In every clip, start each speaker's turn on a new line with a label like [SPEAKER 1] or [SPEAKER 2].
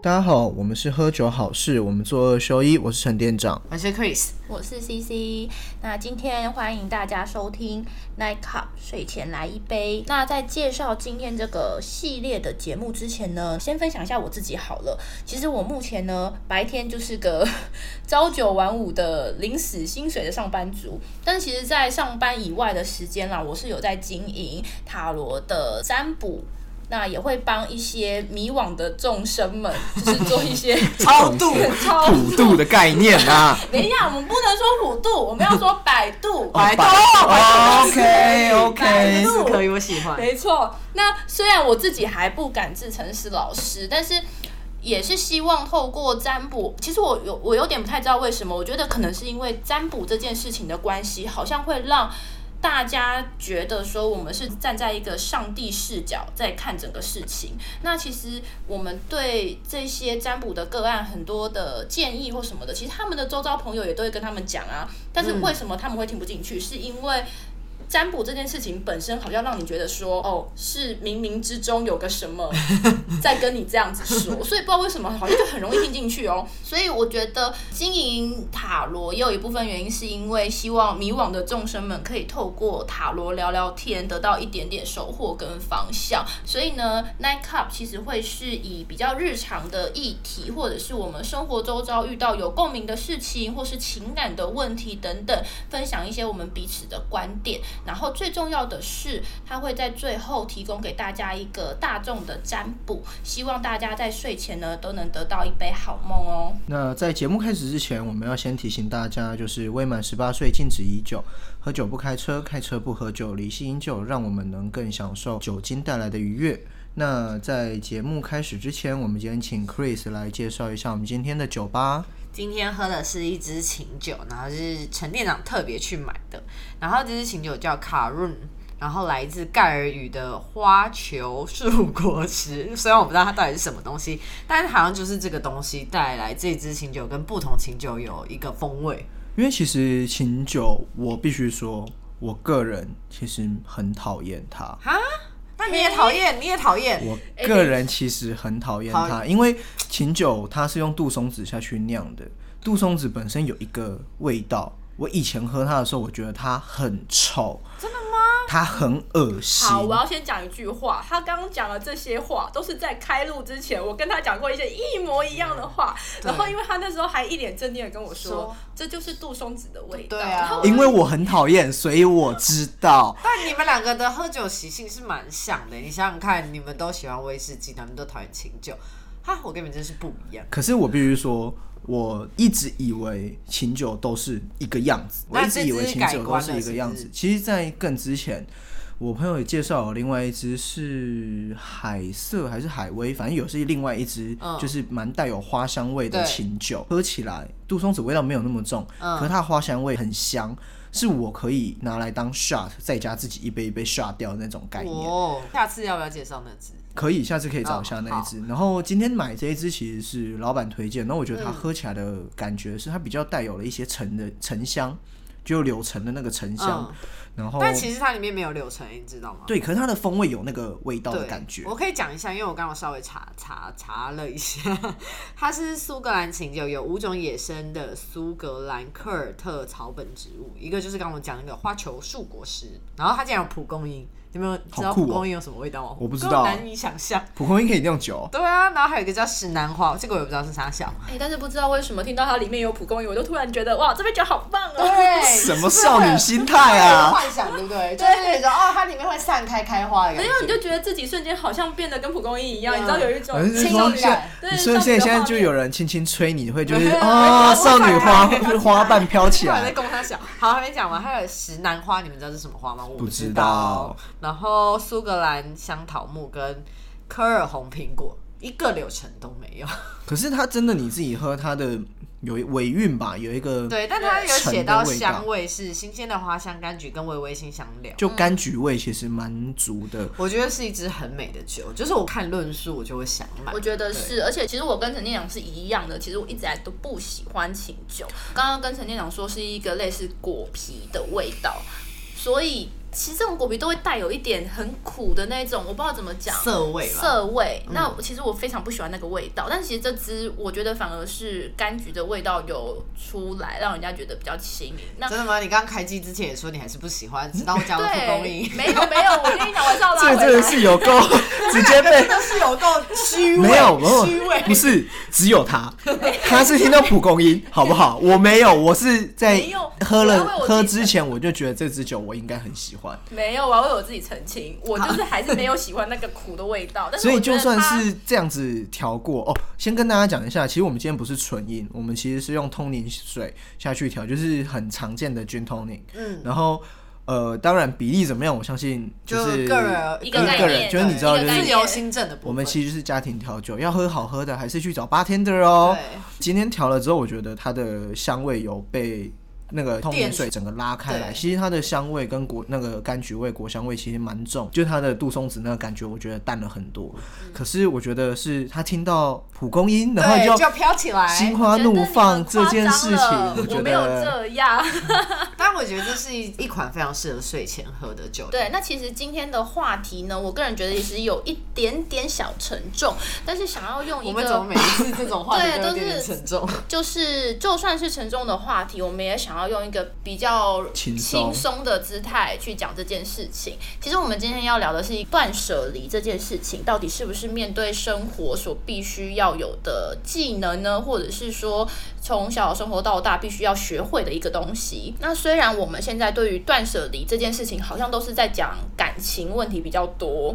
[SPEAKER 1] 大家好，我们是喝酒好事，我们做二休一，我是陈店长。
[SPEAKER 2] 我是 Chris，
[SPEAKER 3] 我是 CC。那今天欢迎大家收听 Night Cup 睡前来一杯。那在介绍今天这个系列的节目之前呢，先分享一下我自己好了。其实我目前呢，白天就是个 朝九晚五的领死薪水的上班族，但其实，在上班以外的时间啦，我是有在经营塔罗的占卜。那也会帮一些迷惘的众生们，就是做一些
[SPEAKER 2] 超度
[SPEAKER 3] 超
[SPEAKER 1] 普渡的概念啊
[SPEAKER 3] 等一下，我们不能说虎度，我们要说百度。
[SPEAKER 2] 百度
[SPEAKER 1] ，OK
[SPEAKER 3] 百
[SPEAKER 1] OK，
[SPEAKER 3] 度
[SPEAKER 2] 可以，我喜欢。
[SPEAKER 3] 没错。那虽然我自己还不敢自称是老师，但是也是希望透过占卜。其实我有我有点不太知道为什么，我觉得可能是因为占卜这件事情的关系，好像会让。大家觉得说我们是站在一个上帝视角在看整个事情，那其实我们对这些占卜的个案很多的建议或什么的，其实他们的周遭朋友也都会跟他们讲啊。但是为什么他们会听不进去？是因为占卜这件事情本身好像让你觉得说，哦，是冥冥之中有个什 么在跟你这样子说， 所以不知道为什么好像就很容易听进去哦。所以我觉得经营塔罗也有一部分原因是因为希望迷惘的众生们可以透过塔罗聊聊天，得到一点点收获跟方向。所以呢，Night Cup 其实会是以比较日常的议题，或者是我们生活周遭遇到有共鸣的事情，或是情感的问题等等，分享一些我们彼此的观点。然后最重要的是，它会在最后提供给大家一个大众的占卜，希望大家在睡前呢都能得到一杯好梦哦。
[SPEAKER 1] 那在节目开始之前，我们要先提醒大家，就是未满十八岁禁止饮酒，喝酒不开车，开车不喝酒，理性饮酒，让我们能更享受酒精带来的愉悦。那在节目开始之前，我们今天请 Chris 来介绍一下我们今天的酒吧。
[SPEAKER 2] 今天喝的是一支琴酒，然后是陈店长特别去买的。然后这支琴酒叫卡润，然后来自盖尔语的花球树果实。 虽然我不知道它到底是什么东西，但是好像就是这个东西带来这支琴酒跟不同琴酒有一个风味。
[SPEAKER 1] 因为其实琴酒，我必须说，我个人其实很讨厌它。
[SPEAKER 2] 那你也讨厌，你也讨厌，
[SPEAKER 3] 哎
[SPEAKER 1] 我个人其实很讨厌它，因为琴酒它是用杜松子下去酿的，杜松子本身有一个味道。我以前喝它的时候，我觉得它很臭，真的吗？它很恶心。
[SPEAKER 3] 好，我要先讲一句话，他刚刚讲的这些话都是在开录之前，我跟他讲过一些一模一样的话，
[SPEAKER 2] 对
[SPEAKER 3] 然后因为他那时候还一脸正经的跟我说，
[SPEAKER 2] 说
[SPEAKER 3] 这就是杜松子的味道，
[SPEAKER 2] 对啊
[SPEAKER 3] 然后我
[SPEAKER 1] 因为我很讨厌，所以我知道。
[SPEAKER 2] 但你们两个的喝酒习性是蛮像的，你想想看，你们都喜欢威士忌，你们都讨厌清酒，哈，我跟你们真是不一样。
[SPEAKER 1] 可是我必须说，我一直以为琴酒都是一个样子，我
[SPEAKER 2] 那
[SPEAKER 1] 一直以为
[SPEAKER 2] 这支
[SPEAKER 1] 琴酒都是一个样
[SPEAKER 2] 改观了是
[SPEAKER 1] 子
[SPEAKER 2] 不。
[SPEAKER 1] 其实，在更之前，我朋友也介绍我另外一支是海瑟还是海威，反正有是另外一支，
[SPEAKER 2] 嗯
[SPEAKER 1] 就是蛮带有花香味的
[SPEAKER 2] 对
[SPEAKER 1] 琴酒，喝起来杜松子味道没有那么重，
[SPEAKER 2] 嗯
[SPEAKER 1] 可是它花香味很香。是我可以拿来当 shot，在家自己一杯一杯 shot 掉的那种概念。
[SPEAKER 2] 哦，下次要不要介绍那只？
[SPEAKER 1] 可以，下次可以找一下那一只。然后今天买这一只其实是老板推荐，然后我觉得它喝起来的感觉是它比较带有了一些橙的橙香，就柳橙的那个橙香。
[SPEAKER 2] 嗯，
[SPEAKER 1] 然后
[SPEAKER 2] 但其实它里面没有柳橙，你知道吗？
[SPEAKER 1] 对，可是它的风味有那个味道
[SPEAKER 2] 对，
[SPEAKER 1] 的感觉。
[SPEAKER 2] 我可以讲一下，因为我刚刚稍微查查查了一下， 它是苏格兰琴酒，有五种野生的苏格兰科尔特草本植物，一个就是刚刚我讲那个花球树果实，然后它竟然有蒲公英，你们知道
[SPEAKER 1] 好酷哦
[SPEAKER 2] 蒲公英有什么味道吗？
[SPEAKER 1] 我不知
[SPEAKER 2] 根本
[SPEAKER 1] 道
[SPEAKER 2] 难以想象。
[SPEAKER 1] 蒲公英可以酿 酒，
[SPEAKER 2] 对啊，然后还有一个叫石楠花，这个我也不知道是 啥小。
[SPEAKER 3] 哎、但是不知道为什么听到它里面有蒲公英，我就突然觉得哇，这杯酒好棒哦。
[SPEAKER 1] 什么少女心态啊！
[SPEAKER 2] 幻想对不对？就是那种哦，它里面会散开开花的感
[SPEAKER 3] 没
[SPEAKER 2] 觉。
[SPEAKER 3] 有，你就觉得自己瞬间好像变得跟蒲公英一样，
[SPEAKER 2] 嗯
[SPEAKER 3] 你知道有一种
[SPEAKER 1] 反正就是
[SPEAKER 3] 轻
[SPEAKER 1] 说
[SPEAKER 3] 松
[SPEAKER 2] 轻
[SPEAKER 1] 现
[SPEAKER 2] 松
[SPEAKER 3] 感。
[SPEAKER 1] 在，
[SPEAKER 3] 对
[SPEAKER 1] 你说现在
[SPEAKER 3] 少女的
[SPEAKER 1] 现在
[SPEAKER 3] 画
[SPEAKER 1] 就
[SPEAKER 3] 面
[SPEAKER 1] 有人轻轻吹，你会就是
[SPEAKER 2] 对
[SPEAKER 1] 哦，
[SPEAKER 2] 我
[SPEAKER 1] 少女花
[SPEAKER 2] 我
[SPEAKER 1] 会花瓣飘起
[SPEAKER 2] 在
[SPEAKER 1] 来。
[SPEAKER 2] 供他想，好，还没讲完。还有石楠花，你们知道是什么花吗？我
[SPEAKER 1] 不知
[SPEAKER 2] 知
[SPEAKER 1] 道。
[SPEAKER 2] 然后苏格兰香桃木跟科尔红苹果，一个流程都没有。
[SPEAKER 1] 可是它真的你自己喝，它的有尾韵吧，有一个
[SPEAKER 2] 对，但它有写
[SPEAKER 1] 陈
[SPEAKER 2] 到
[SPEAKER 1] 的味
[SPEAKER 2] 香
[SPEAKER 1] 道，
[SPEAKER 2] 味是新鲜的花香、柑橘跟微微辛香料。
[SPEAKER 1] 就柑橘味其实蛮足的。
[SPEAKER 2] 我觉得是一支很美的酒，就是我看论述我就会想买
[SPEAKER 3] 我。觉得是，而且其实我跟陈店长是一样的，其实我一直来都不喜欢琴酒。刚刚跟陈店长说是一个类似果皮的味道，所以其实这种果皮都会带有一点很苦的那种，我不知道怎么讲。
[SPEAKER 2] 涩味吧，
[SPEAKER 3] 涩味，
[SPEAKER 1] 嗯
[SPEAKER 3] 那其实我非常不喜欢那个味道，但其实这支我觉得反而是柑橘的味道有出来，让人家觉得比较轻盈。那
[SPEAKER 2] 真的吗？你刚开机之前也说你还是不喜欢，直到我讲了蒲公
[SPEAKER 3] 对
[SPEAKER 2] 英，，
[SPEAKER 3] 没有没有，我跟你讲，我是要 拉
[SPEAKER 1] 这
[SPEAKER 3] 回
[SPEAKER 1] 个真的
[SPEAKER 3] 来。
[SPEAKER 1] 是有 够直接被
[SPEAKER 2] 真的是有够虚伪，
[SPEAKER 1] 没有，我
[SPEAKER 2] 虚伪。
[SPEAKER 1] 不是只有他，他是听到蒲公 英，好不好？我没有，我是在
[SPEAKER 3] 没有
[SPEAKER 1] 喝
[SPEAKER 3] 我
[SPEAKER 1] 了
[SPEAKER 3] 要为我自己
[SPEAKER 1] 喝之前我就觉得这支酒我应该很喜欢，
[SPEAKER 3] 没有，我要为我自己澄清，我就是还是没有喜欢那个苦的味道。但是
[SPEAKER 1] 所以
[SPEAKER 3] 我觉
[SPEAKER 1] 就
[SPEAKER 3] 得
[SPEAKER 1] 算
[SPEAKER 3] 它
[SPEAKER 1] 是这样子调过哦，先跟大家讲一下，其实我们今天不是纯饮，我们其实是用通灵水下去调，就是很常见的 gin tonic，
[SPEAKER 2] 嗯，
[SPEAKER 1] 然后。呃，当然比例怎么样，我相信是
[SPEAKER 2] 就个人
[SPEAKER 3] 一
[SPEAKER 1] 个
[SPEAKER 3] 个概
[SPEAKER 1] 人，
[SPEAKER 3] 念
[SPEAKER 1] 就是你知道，
[SPEAKER 3] 一
[SPEAKER 1] 就是
[SPEAKER 3] 个概念
[SPEAKER 2] 自由新政的部分。
[SPEAKER 1] 我们其实是家庭调酒，要喝好喝的还是去找 bartender 哦
[SPEAKER 2] 对。
[SPEAKER 1] 今天调了之后，我觉得它的香味有被那个通灵
[SPEAKER 2] 电
[SPEAKER 1] 水整个拉开来。
[SPEAKER 2] 对
[SPEAKER 1] 其实它的香味跟果那个柑橘味、果香味其实蛮重，就它的杜松子那个感觉，我觉得淡了很多。
[SPEAKER 3] 嗯
[SPEAKER 1] 可是我觉得是他听到蒲公英，然后
[SPEAKER 2] 对，
[SPEAKER 1] 就
[SPEAKER 2] 就飘起来
[SPEAKER 1] 心。花怒放
[SPEAKER 3] 觉
[SPEAKER 1] 这
[SPEAKER 3] 得你
[SPEAKER 1] 件
[SPEAKER 3] 们
[SPEAKER 1] 事情
[SPEAKER 3] 夸张了，
[SPEAKER 1] 觉
[SPEAKER 3] 我没有
[SPEAKER 1] 得
[SPEAKER 3] 这样。
[SPEAKER 2] 但我觉得这是一一款非常适合睡前喝的酒。
[SPEAKER 3] 对，那其实今天的话题呢，我个人觉得也是有一点点小沉重，但是想要用
[SPEAKER 2] 我
[SPEAKER 3] 一
[SPEAKER 2] 们怎么
[SPEAKER 3] 个
[SPEAKER 2] 每一次这种话题
[SPEAKER 3] 对
[SPEAKER 2] 都有
[SPEAKER 3] 都
[SPEAKER 2] 点点
[SPEAKER 3] 是
[SPEAKER 2] 沉重？
[SPEAKER 3] 就是就算是沉重的话题，我们也想要用一个比较
[SPEAKER 1] 轻松
[SPEAKER 3] 轻松的姿态去讲这件事情。其实我们今天要聊的是断舍离这件事情，到底是不是面对生活所必须要有的技能呢？或者是说从小生活到大必须要学会的一个东西？那虽然我们现在对于断舍离这件事情，好像都是在讲感情问题比较多，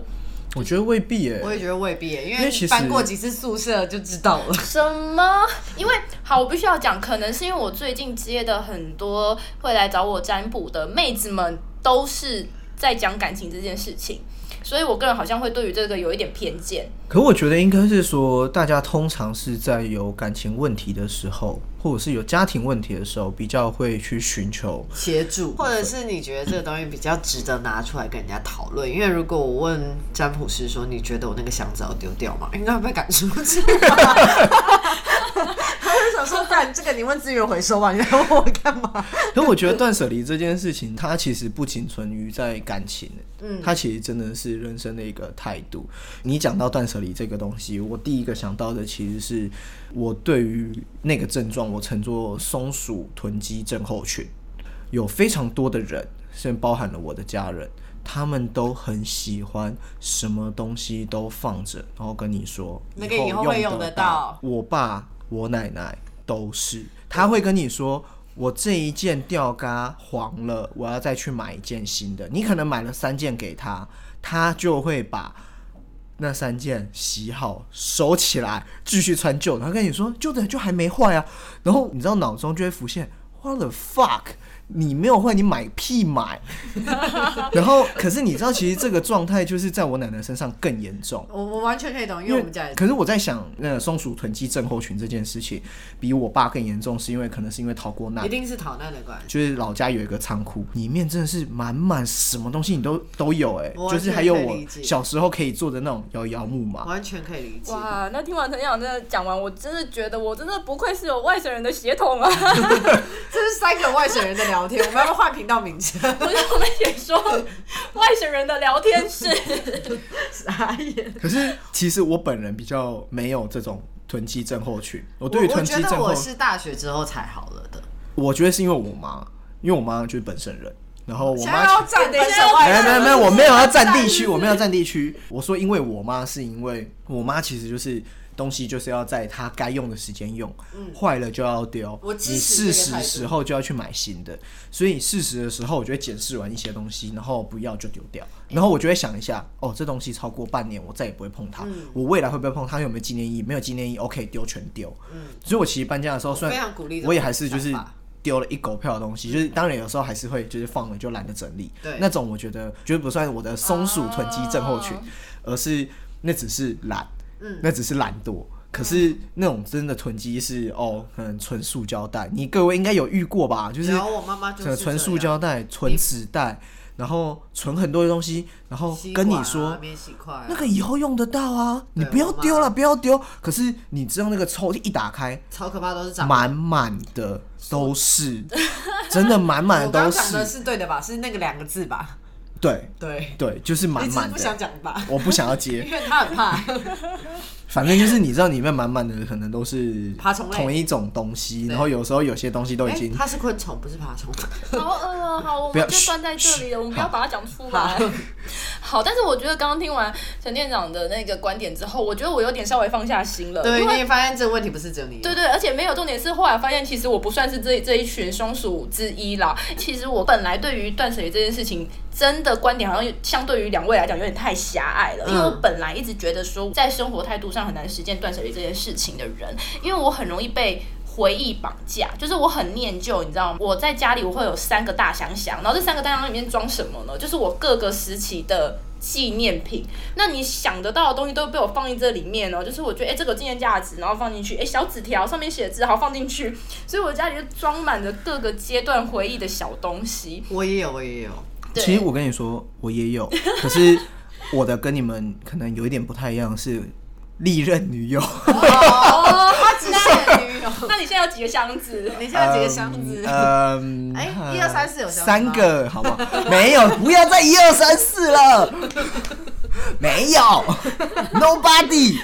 [SPEAKER 1] 我觉得未必耶、
[SPEAKER 2] 我也觉得未必耶，因
[SPEAKER 1] 因为
[SPEAKER 2] 为
[SPEAKER 1] 其实
[SPEAKER 2] 搬过几次宿舍就知道了。
[SPEAKER 3] 什么？因为好，我必须要讲，可能是因为我最近接的很多会来找我占卜的妹子们，都是在讲感情这件事情，所以我个人好像会对于这个有一点偏见。
[SPEAKER 1] 可我觉得应该是说，大家通常是在有感情问题的时候，或者是有家庭问题的时候，比较会去寻求。
[SPEAKER 2] 协助，或者是你觉得这个东西比较值得拿出来跟人家讨论？因为如果我问占卜师说你觉得我那个箱子要丢掉吗，应该会被赶出去。 他就想说，不然这个你问资源回收啊吧，你来问我干嘛？
[SPEAKER 1] 可我觉得断舍离这件事情，它其实不仅存于在感情，嗯，它其实真的是人生的一个态度。你讲到断舍离这个东西，我第一个想到的其实是我对于那个症状，我称作松鼠囤积症候群。有非常多的人，甚至包含了我的家人，他们都很喜欢什么东西都放着，然后跟你说
[SPEAKER 2] 那个以后会用
[SPEAKER 1] 得
[SPEAKER 2] 得到
[SPEAKER 1] 我爸、我奶奶都是，他会跟你说。我这一件吊嘎黄了，我要再去买一件新的。你可能买了三件给他，他就会把那三件洗好收起来，继续穿旧的。他跟你说旧的就还没坏啊，然后你知道脑中就会浮现 What the fuck？你没有坏，你买屁 买。然后可是你知道，其实这个状态就是在我奶奶身上更严重。
[SPEAKER 2] 我我完全可以懂，因为我们家也
[SPEAKER 1] 可是我在想，那个松鼠囤积症候群这件事情，比我爸更严重，是因为可能是因为逃过难
[SPEAKER 2] 一，定是逃难的关系。
[SPEAKER 1] 就是老家有一个仓库，里面真的是满满什么东西你都都有、欸，哎，
[SPEAKER 2] 我完
[SPEAKER 1] 就
[SPEAKER 2] 全
[SPEAKER 1] 是还有
[SPEAKER 2] 可以
[SPEAKER 1] 我
[SPEAKER 2] 理解
[SPEAKER 1] 小时候可以做的那种摇摇木马，
[SPEAKER 2] 完全可以理解。
[SPEAKER 3] 哇，那听完陈长真的讲完，我真的觉得我真的不愧是有外省人的血统 啊！
[SPEAKER 2] 这是三个外省人的聊天，我们要不要换频道名称？
[SPEAKER 3] 我就我们也说外省人的聊天室，
[SPEAKER 2] 傻眼。
[SPEAKER 1] 可是其实我本人比较没有这种囤积症候群，我
[SPEAKER 2] 我
[SPEAKER 1] 对于
[SPEAKER 2] 我
[SPEAKER 1] 囤积
[SPEAKER 2] 觉
[SPEAKER 1] 症
[SPEAKER 2] 得
[SPEAKER 1] 候
[SPEAKER 2] 我，是大学之后才好了的。
[SPEAKER 1] 我觉得是因为我妈，因为我妈就是本省人，然后我
[SPEAKER 2] 想
[SPEAKER 1] 妈
[SPEAKER 2] 要
[SPEAKER 1] 其。
[SPEAKER 2] 站
[SPEAKER 3] 等一
[SPEAKER 2] 本
[SPEAKER 3] 下
[SPEAKER 1] 没
[SPEAKER 2] 省外
[SPEAKER 1] 有
[SPEAKER 2] 省
[SPEAKER 1] 没有
[SPEAKER 2] 人
[SPEAKER 1] 没有，我没有要占地区，我没有要占地区。我说，因为我妈是因为我妈其实就是东西就是要在她该用的时间用，坏、了就要丢。
[SPEAKER 2] 嗯我支
[SPEAKER 1] 你
[SPEAKER 2] 持这个
[SPEAKER 1] 适时
[SPEAKER 2] 态度
[SPEAKER 1] 时候就要去买新的，所以适时的时候我就会检视完一些东西，然后不要就丢掉，然后我就会想一下，哦，这东西超过半年我再也不会碰它，
[SPEAKER 2] 嗯
[SPEAKER 1] 我未来会不会碰它？有没有纪念意义？没有纪念意义，OK，丢全丢。所以我其实搬家的时候，虽然
[SPEAKER 2] 非常鼓励这
[SPEAKER 1] 我也
[SPEAKER 2] 种
[SPEAKER 1] 还是就是
[SPEAKER 2] 想法
[SPEAKER 1] 丢了一狗票的东西，就是当然有时候还是会就是放了就懒得整理，
[SPEAKER 2] 对
[SPEAKER 1] 那
[SPEAKER 2] 哦
[SPEAKER 1] 种我觉得绝对不算我的松鼠囤积症候群，而是那只是懒。嗯，那只是懒惰。可是那种真的囤积是哦，可能纯塑胶袋，你各位应该有遇过吧？就是
[SPEAKER 2] 嗯然后我妈妈就是
[SPEAKER 1] 呃，纯
[SPEAKER 2] 这
[SPEAKER 1] 塑
[SPEAKER 2] 样
[SPEAKER 1] 胶袋、纯纸袋，然后存很多的东西，然后
[SPEAKER 2] 吸
[SPEAKER 1] 跟你
[SPEAKER 2] 管啊
[SPEAKER 1] 说、
[SPEAKER 2] 免洗筷啊
[SPEAKER 1] 那个以后用得到啊，你
[SPEAKER 2] 对
[SPEAKER 1] 不要
[SPEAKER 2] 我妈
[SPEAKER 1] 丢了，不要丢。可是你知道那个抽屉一打开，
[SPEAKER 2] 超可怕，都是长
[SPEAKER 1] 满满的都是， 真的满满
[SPEAKER 2] 我
[SPEAKER 1] 的
[SPEAKER 2] 刚
[SPEAKER 1] 都
[SPEAKER 2] 讲的
[SPEAKER 1] 是，
[SPEAKER 2] 是对的吧？是那个两个字吧？
[SPEAKER 1] 对
[SPEAKER 2] 对，
[SPEAKER 1] 对，就是满
[SPEAKER 2] 你只是
[SPEAKER 1] 满
[SPEAKER 2] 不想
[SPEAKER 1] 的。
[SPEAKER 2] 讲吧？
[SPEAKER 1] 我不想要接
[SPEAKER 2] 因，为他 很怕，
[SPEAKER 1] 反正就是你知道里面满满的可能都是
[SPEAKER 2] 爬虫类
[SPEAKER 1] 同一种东西，
[SPEAKER 2] 对
[SPEAKER 1] 然后有时候有些东西都已
[SPEAKER 2] 哎，
[SPEAKER 1] 经
[SPEAKER 2] 他是昆虫，不是爬虫。
[SPEAKER 3] 好饿啊！好，我
[SPEAKER 1] 不要
[SPEAKER 3] 们就关在这里了，我们不要把它讲出来
[SPEAKER 2] 好。
[SPEAKER 3] 好，但是我觉得刚刚听完陈店长的那个观点之后，我觉得我有点稍微放下心了。
[SPEAKER 2] 对，
[SPEAKER 3] 因
[SPEAKER 2] 你
[SPEAKER 3] 为
[SPEAKER 2] 也发现这个问题不是只有你。
[SPEAKER 3] 对对，而且没有重点是，后来发现其实我不算是这这一群松鼠之一啦。其实我本来对于断舍离这件事情，真的观点好像相对于两位来讲有点太狭隘了。因为我
[SPEAKER 2] 嗯
[SPEAKER 3] 本来一直觉得说，在生活态度上很难实践断舍离这件事情的人，因为我很容易被。回忆绑架，就是我很念旧，你知道吗？我在家里我会有三个大箱箱，然后这三个大箱箱里面装什么呢？就是我各个时期的纪念品。那你想得到的东西都被我放进这里面哦，就是我觉得哎、诶这个有纪念价值，然后放进去，哎、小纸条上面写字，好放进去，所以我家里就装满着各个阶段回忆的小 东西。
[SPEAKER 2] 我也有，我也有。
[SPEAKER 3] 对
[SPEAKER 1] 其实我跟你说，我也 有，可是我的跟你们可能有一点不太一样，是历任女 友。
[SPEAKER 3] 哦，他
[SPEAKER 2] 只是女友。
[SPEAKER 3] 那你现在有几个箱子？
[SPEAKER 2] 你现在有几个箱子？
[SPEAKER 1] 嗯，
[SPEAKER 2] 哎
[SPEAKER 1] 呃
[SPEAKER 2] 一二三四有箱子吗
[SPEAKER 1] 三个，好不好？没有，不要再一二三四了， 没有，nobody。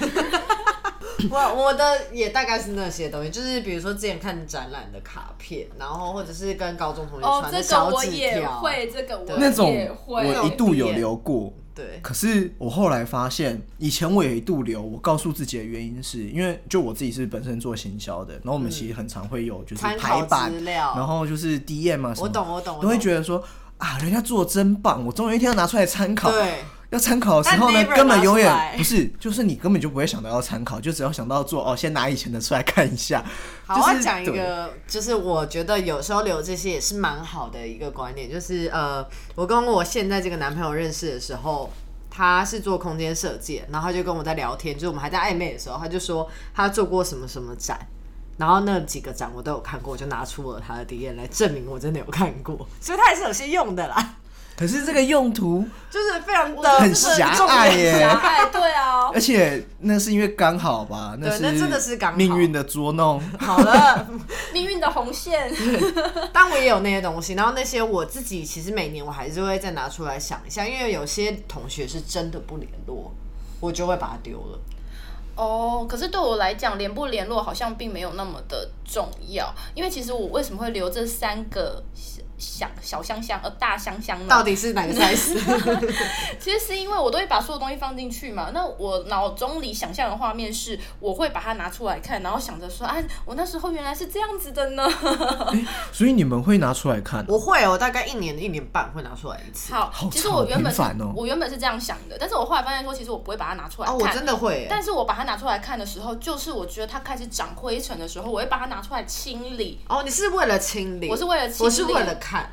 [SPEAKER 2] 我我的也大概是那些东西，就是比如说之前看展览的卡片，然后或者是跟高中同学
[SPEAKER 3] 哦，
[SPEAKER 2] 传
[SPEAKER 3] 这
[SPEAKER 2] 的
[SPEAKER 3] 个
[SPEAKER 2] 小
[SPEAKER 3] 我
[SPEAKER 2] 纸
[SPEAKER 3] 也
[SPEAKER 2] 条。啊
[SPEAKER 3] 会，这个我
[SPEAKER 1] 那
[SPEAKER 3] 也
[SPEAKER 1] 种
[SPEAKER 3] 会
[SPEAKER 1] 我一度有留过，
[SPEAKER 2] 对，
[SPEAKER 1] 可是我后来发现，以前我有一度留，我告诉自己的原因是因为就我自己是本身做行销的，然后我们其实很常会有就是
[SPEAKER 2] 嗯参
[SPEAKER 1] 排
[SPEAKER 2] 考
[SPEAKER 1] 版
[SPEAKER 2] 资，料
[SPEAKER 1] 然后就是 DM 啊什么，
[SPEAKER 2] 我懂我懂我懂
[SPEAKER 1] 都会觉得说啊，人家做的真棒，我终有一天要拿出来参考。
[SPEAKER 2] 对，
[SPEAKER 1] 要参考的时候呢，
[SPEAKER 3] 但 never
[SPEAKER 1] 根本永
[SPEAKER 3] 拿出
[SPEAKER 1] 远
[SPEAKER 3] 来
[SPEAKER 1] 不是，就是你根本就不会想到要参考，就只要想到做哦，先拿以前的出来看一下。
[SPEAKER 2] 好，
[SPEAKER 1] 就
[SPEAKER 2] 我
[SPEAKER 1] 是
[SPEAKER 2] 要讲一
[SPEAKER 1] 对
[SPEAKER 2] 个，就是我觉得有时候留这些也是蛮好的一个观点，就是呃，我跟我现在这个男朋友认识的时候。他是做空间设计的，然后他就跟我在聊天，就是我们还在暧昧的时候，他就说他做过什么什么展，然后那几个展我都有看过，我就拿出我他的 D N 来证明我真的有看过，所以他还是有些用的啦，
[SPEAKER 1] 可是这个用途，
[SPEAKER 2] 就是非常的
[SPEAKER 1] 很
[SPEAKER 2] 这个
[SPEAKER 1] 狭
[SPEAKER 2] 重点
[SPEAKER 1] 隘耶
[SPEAKER 3] 狭隘，对啊。
[SPEAKER 1] 而且那是因为刚好吧，
[SPEAKER 2] 对那真的是刚好
[SPEAKER 1] 命运的捉 弄。
[SPEAKER 2] 好了，
[SPEAKER 3] 命运的 红线，
[SPEAKER 2] 但我也有那些东西，然后那些我自己其实每年我还是会再拿出来想一下，因为有些同学是真的不联络，我就会把它丢了。
[SPEAKER 3] 哦，可是对我来讲，联不联络好像并没有那么的重要，因为其实我为什么会留这三个小小小香香呃大香香呢？
[SPEAKER 2] 到底是哪个才是？
[SPEAKER 3] 其实是因为我都会把所有东西放进去嘛，那我脑中里想象的画面是，我会把它拿出来看，然后想着说，啊，我那时候原来是这样子的呢。
[SPEAKER 1] 所以你们会拿出来看，
[SPEAKER 2] 我会，我大概一年一年半会拿出来一次。
[SPEAKER 3] 好，
[SPEAKER 1] 好
[SPEAKER 3] 其实
[SPEAKER 1] 长
[SPEAKER 3] 我原本
[SPEAKER 1] 平
[SPEAKER 3] 是、
[SPEAKER 1] 凡哦
[SPEAKER 3] 我原本是这样想的，但是我后来发现说，其实我不会把它拿出来
[SPEAKER 2] 哦，
[SPEAKER 3] 看。
[SPEAKER 2] 我真的会耶，
[SPEAKER 3] 但是我把它拿出来看的时候，就是我觉得它开始长灰尘的时候，我会把它拿出来清理。
[SPEAKER 2] 哦，你是为了清理，
[SPEAKER 3] 我是为了清理
[SPEAKER 2] 我是为了看，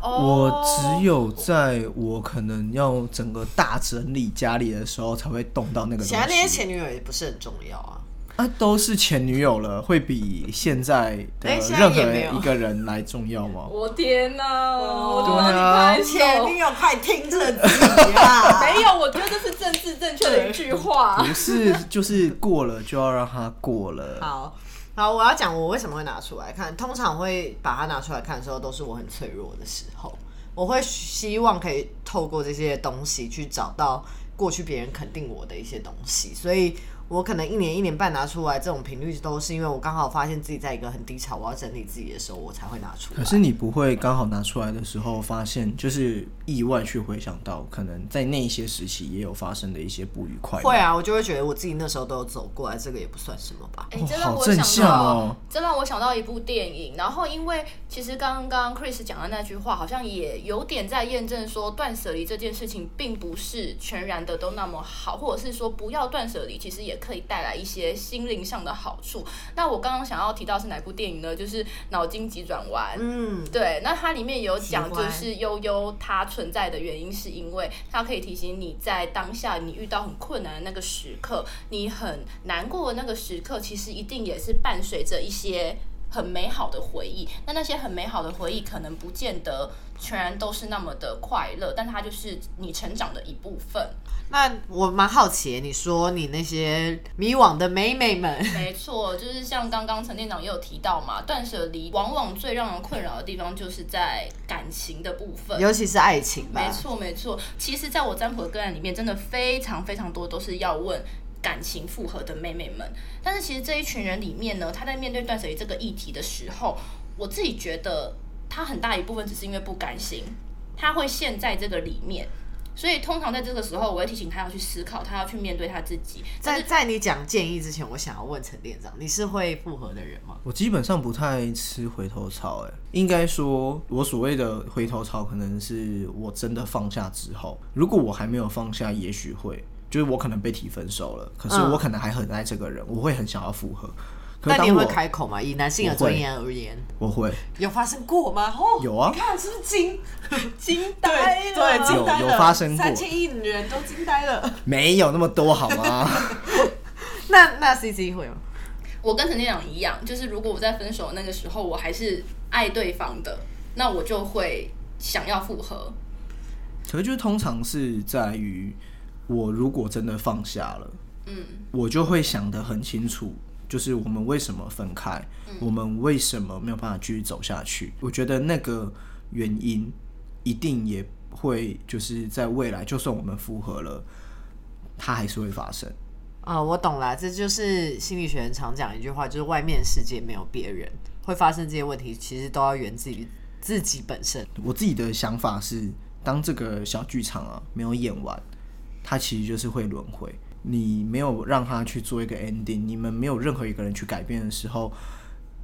[SPEAKER 3] 哦，
[SPEAKER 1] 我只有在我可能要整个大整理家里的时候才会动到那个
[SPEAKER 2] 显然那些
[SPEAKER 1] 东西。
[SPEAKER 2] 前女友也不是很重要啊。
[SPEAKER 1] 啊，都是前女友了，会比现在的
[SPEAKER 2] 哎现在也
[SPEAKER 1] 任
[SPEAKER 2] 没有
[SPEAKER 1] 何一个人来重要 吗？
[SPEAKER 3] 我天哪！哦我就
[SPEAKER 1] 对
[SPEAKER 3] 帮你
[SPEAKER 1] 啊
[SPEAKER 3] 拍
[SPEAKER 2] 前
[SPEAKER 3] 手。
[SPEAKER 2] 女友快听这集啊！
[SPEAKER 3] 没有，我觉得这是政治正确的一句话。
[SPEAKER 1] 不是，就是过了就要让它过了。
[SPEAKER 2] 好，好，我要讲我为什么会拿出来看。通常会把它拿出来看的时候，都是我很脆弱的时候。我会希望可以透过这些东西去找到过去别人肯定我的一些东西，所以我可能一年一年半拿出来这种频率，都是因为我刚好发现自己在一个很低潮，我要整理自己的时候，我才会拿出来。
[SPEAKER 1] 可是你不会刚好拿出来的时候发现，就是意外去回想到，可能在那一些时期也有发生的一些不愉快。
[SPEAKER 2] 会，啊，我就会觉得我自己那时候都有走过来，这个也不算什么吧。
[SPEAKER 3] 哎、
[SPEAKER 1] 哦
[SPEAKER 3] 这让
[SPEAKER 1] 好
[SPEAKER 3] 我
[SPEAKER 1] 正
[SPEAKER 3] 想
[SPEAKER 1] 向
[SPEAKER 3] 到，
[SPEAKER 1] 哦
[SPEAKER 3] 这让我想到一部电影。然后，因为其实刚刚 Chris 讲的那句话，好像也有点在验证说，断舍离这件事情并不是全然的都那么好，或者是说不要断舍离，其实也可以带来一些心灵上的好处。那我刚刚想要提到是哪部电影呢？就是《脑筋急转弯》。
[SPEAKER 2] 嗯，
[SPEAKER 3] 对，那它里面也有讲，
[SPEAKER 2] 喜
[SPEAKER 3] 就
[SPEAKER 2] 欢
[SPEAKER 3] 是悠悠它存在的原因，是因为它可以提醒你在当下你遇到很困难的那个时刻，你很难过的那个时刻，其实一定也是伴随着一些。很美好的回忆，那那些很美好的回忆，可能不见得全然都是那么的快乐，但它就是你成长的一部分。
[SPEAKER 2] 那我蛮好奇，你说你那些迷惘的妹妹们，
[SPEAKER 3] 没错，就是像刚刚陈店长也有提到嘛，断舍离往往最让人困扰的地方，就是在感情的部分。
[SPEAKER 2] 尤其是爱情吧
[SPEAKER 3] 没，错，没错。其实，在我占卜的个案里面，真的非常非常多都是要问感情复合的妹妹们。但是，其实这一群人里面呢，她在面对断舍离这个议题的时候，我自己觉得她很大一部分只是因为不甘心，她会陷在这个里面。所以，通常在这个时候，我会提醒她要去思考，她要去面对她自己。但
[SPEAKER 2] 在
[SPEAKER 3] 是
[SPEAKER 2] 在你讲建议之前，我想要问陈店长，你是会复合的人吗？
[SPEAKER 1] 我基本上不太吃回头草，哎，应该说，我所谓的回头草，可能是我真的放下之后，如果我还没有放下，也许会，就是我可能被提分手了，可是
[SPEAKER 2] 嗯
[SPEAKER 1] 我可能还很爱这个人，我会很想要复合。可
[SPEAKER 2] 那
[SPEAKER 1] 是
[SPEAKER 2] 你
[SPEAKER 1] 当
[SPEAKER 2] 会
[SPEAKER 1] 我
[SPEAKER 2] 开口吗？以男性的
[SPEAKER 1] 我会
[SPEAKER 2] 尊严而言，
[SPEAKER 1] 我会
[SPEAKER 2] 有发生过吗？哦，
[SPEAKER 1] 有啊
[SPEAKER 2] 你看是不是惊 惊呆
[SPEAKER 3] 对
[SPEAKER 2] 了？
[SPEAKER 3] 对
[SPEAKER 2] 惊呆
[SPEAKER 1] 有有
[SPEAKER 2] 了
[SPEAKER 1] 发生过
[SPEAKER 2] 三千亿女人都惊呆 了。
[SPEAKER 1] 没有那么多好吗？
[SPEAKER 2] 那那 C C 会吗？
[SPEAKER 3] 我跟陈店长一样，就是如果我在分手那个时候，我还是爱对方的，那我就会想要复合。
[SPEAKER 1] 可是就是通常是在于，我如果真的放下了，
[SPEAKER 3] 嗯，
[SPEAKER 1] 我就会想得很清楚，就是我们为什么分开，我们为什么没有办法继续走下去。我觉得那个原因一定也会就是在未来，就算我们复合了，它还是会发生。
[SPEAKER 2] 啊、我懂啦，这就是心理学人常讲一句话，就是外面世界没有别人，会发生这些问题，其实都要源自于自己本身。
[SPEAKER 1] 我自己的想法是，当这个小剧场啊没有演完，它其实就是会轮回。你没有让它去做一个 ending，你们没有任何一个人去改变的时候，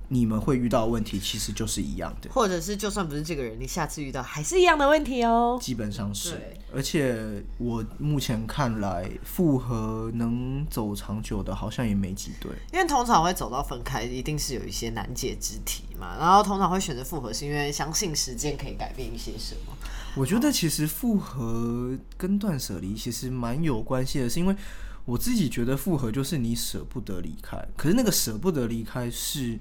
[SPEAKER 1] 你们会遇到的问题其实就是一样的，
[SPEAKER 2] 或者是就算不是这个人，你下次遇到还是一样的问题哦。
[SPEAKER 1] 基本上是
[SPEAKER 3] 对。
[SPEAKER 1] 而且我目前看来，复合能走长久的，好像也没几对。
[SPEAKER 2] 因为通常会走到分开，一定是有一些难解之题嘛。然后通常会选择复合，是因为相信时间可以改变一些什么。
[SPEAKER 1] 我觉得其实复合跟断舍离其实蛮有关系的，是因为我自己觉得复合就是你舍不得离开，可是那个舍不得离开是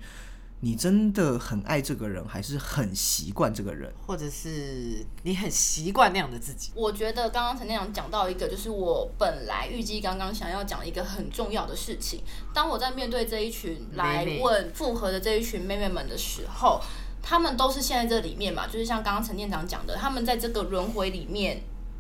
[SPEAKER 1] 你真的很爱这个人，还是很习惯这个人？
[SPEAKER 2] 或者是你很习惯那样的自己，
[SPEAKER 3] 我觉得刚刚陈店长讲到一个，就是我本来预计刚刚想要讲一个很重要的事情。当我在面对这一群来
[SPEAKER 2] 妹妹
[SPEAKER 3] 问复合的这一群妹妹们的时候，她们都是陷在这里面嘛，就是像刚刚陈店长讲的，她们在这个轮回里面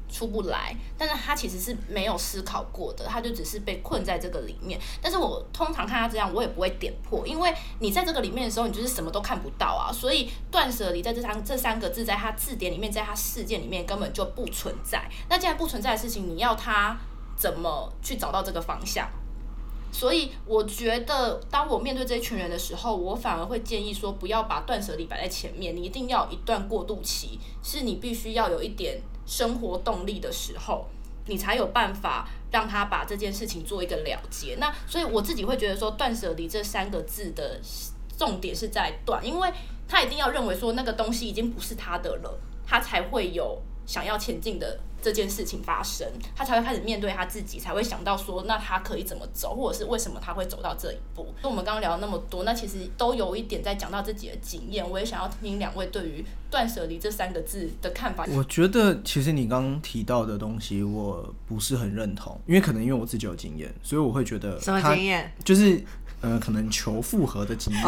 [SPEAKER 3] 出不来，但是她其实是没有思考过的，她就只是被困在这个里面。但是我通常看她这样，我也不会点破，因为你在这个里面的时候，你就是什么都看不到啊。所以断舍离在这三这三个字，在它字典里面，在它事件里面根本就不存在。那既然不存在的事情，你要它怎么去找到这个方向？所以我觉得，当我面对这一群人的时候，我反而会建议说，不要把断舍离摆在前面，你一定要有一段过渡期，是你必须要有一点生活动力的时候，你才有办法让他把这件事情做一个了结。那所以我自己会觉得说，断舍离这三个字的重点是在断，因为他一定要认为说那个东西已经不是他的了，他才会有想要前进的这件事情发生，他才会开始面对他自己，才会想到说那他可以怎么走，或者是为什么他会走到这一步。所以我们刚刚聊了那么多，那其实都有一点在讲到自己的经验，我也想要听两位对于断舍离这三个字的看法。
[SPEAKER 1] 我觉得其实你刚刚提到的东西，我不是很认同，因为可能因为我自己有经验，所以我会觉得
[SPEAKER 2] 什么
[SPEAKER 1] 它
[SPEAKER 2] 经验？
[SPEAKER 1] 就是呃，可能求复合的经验。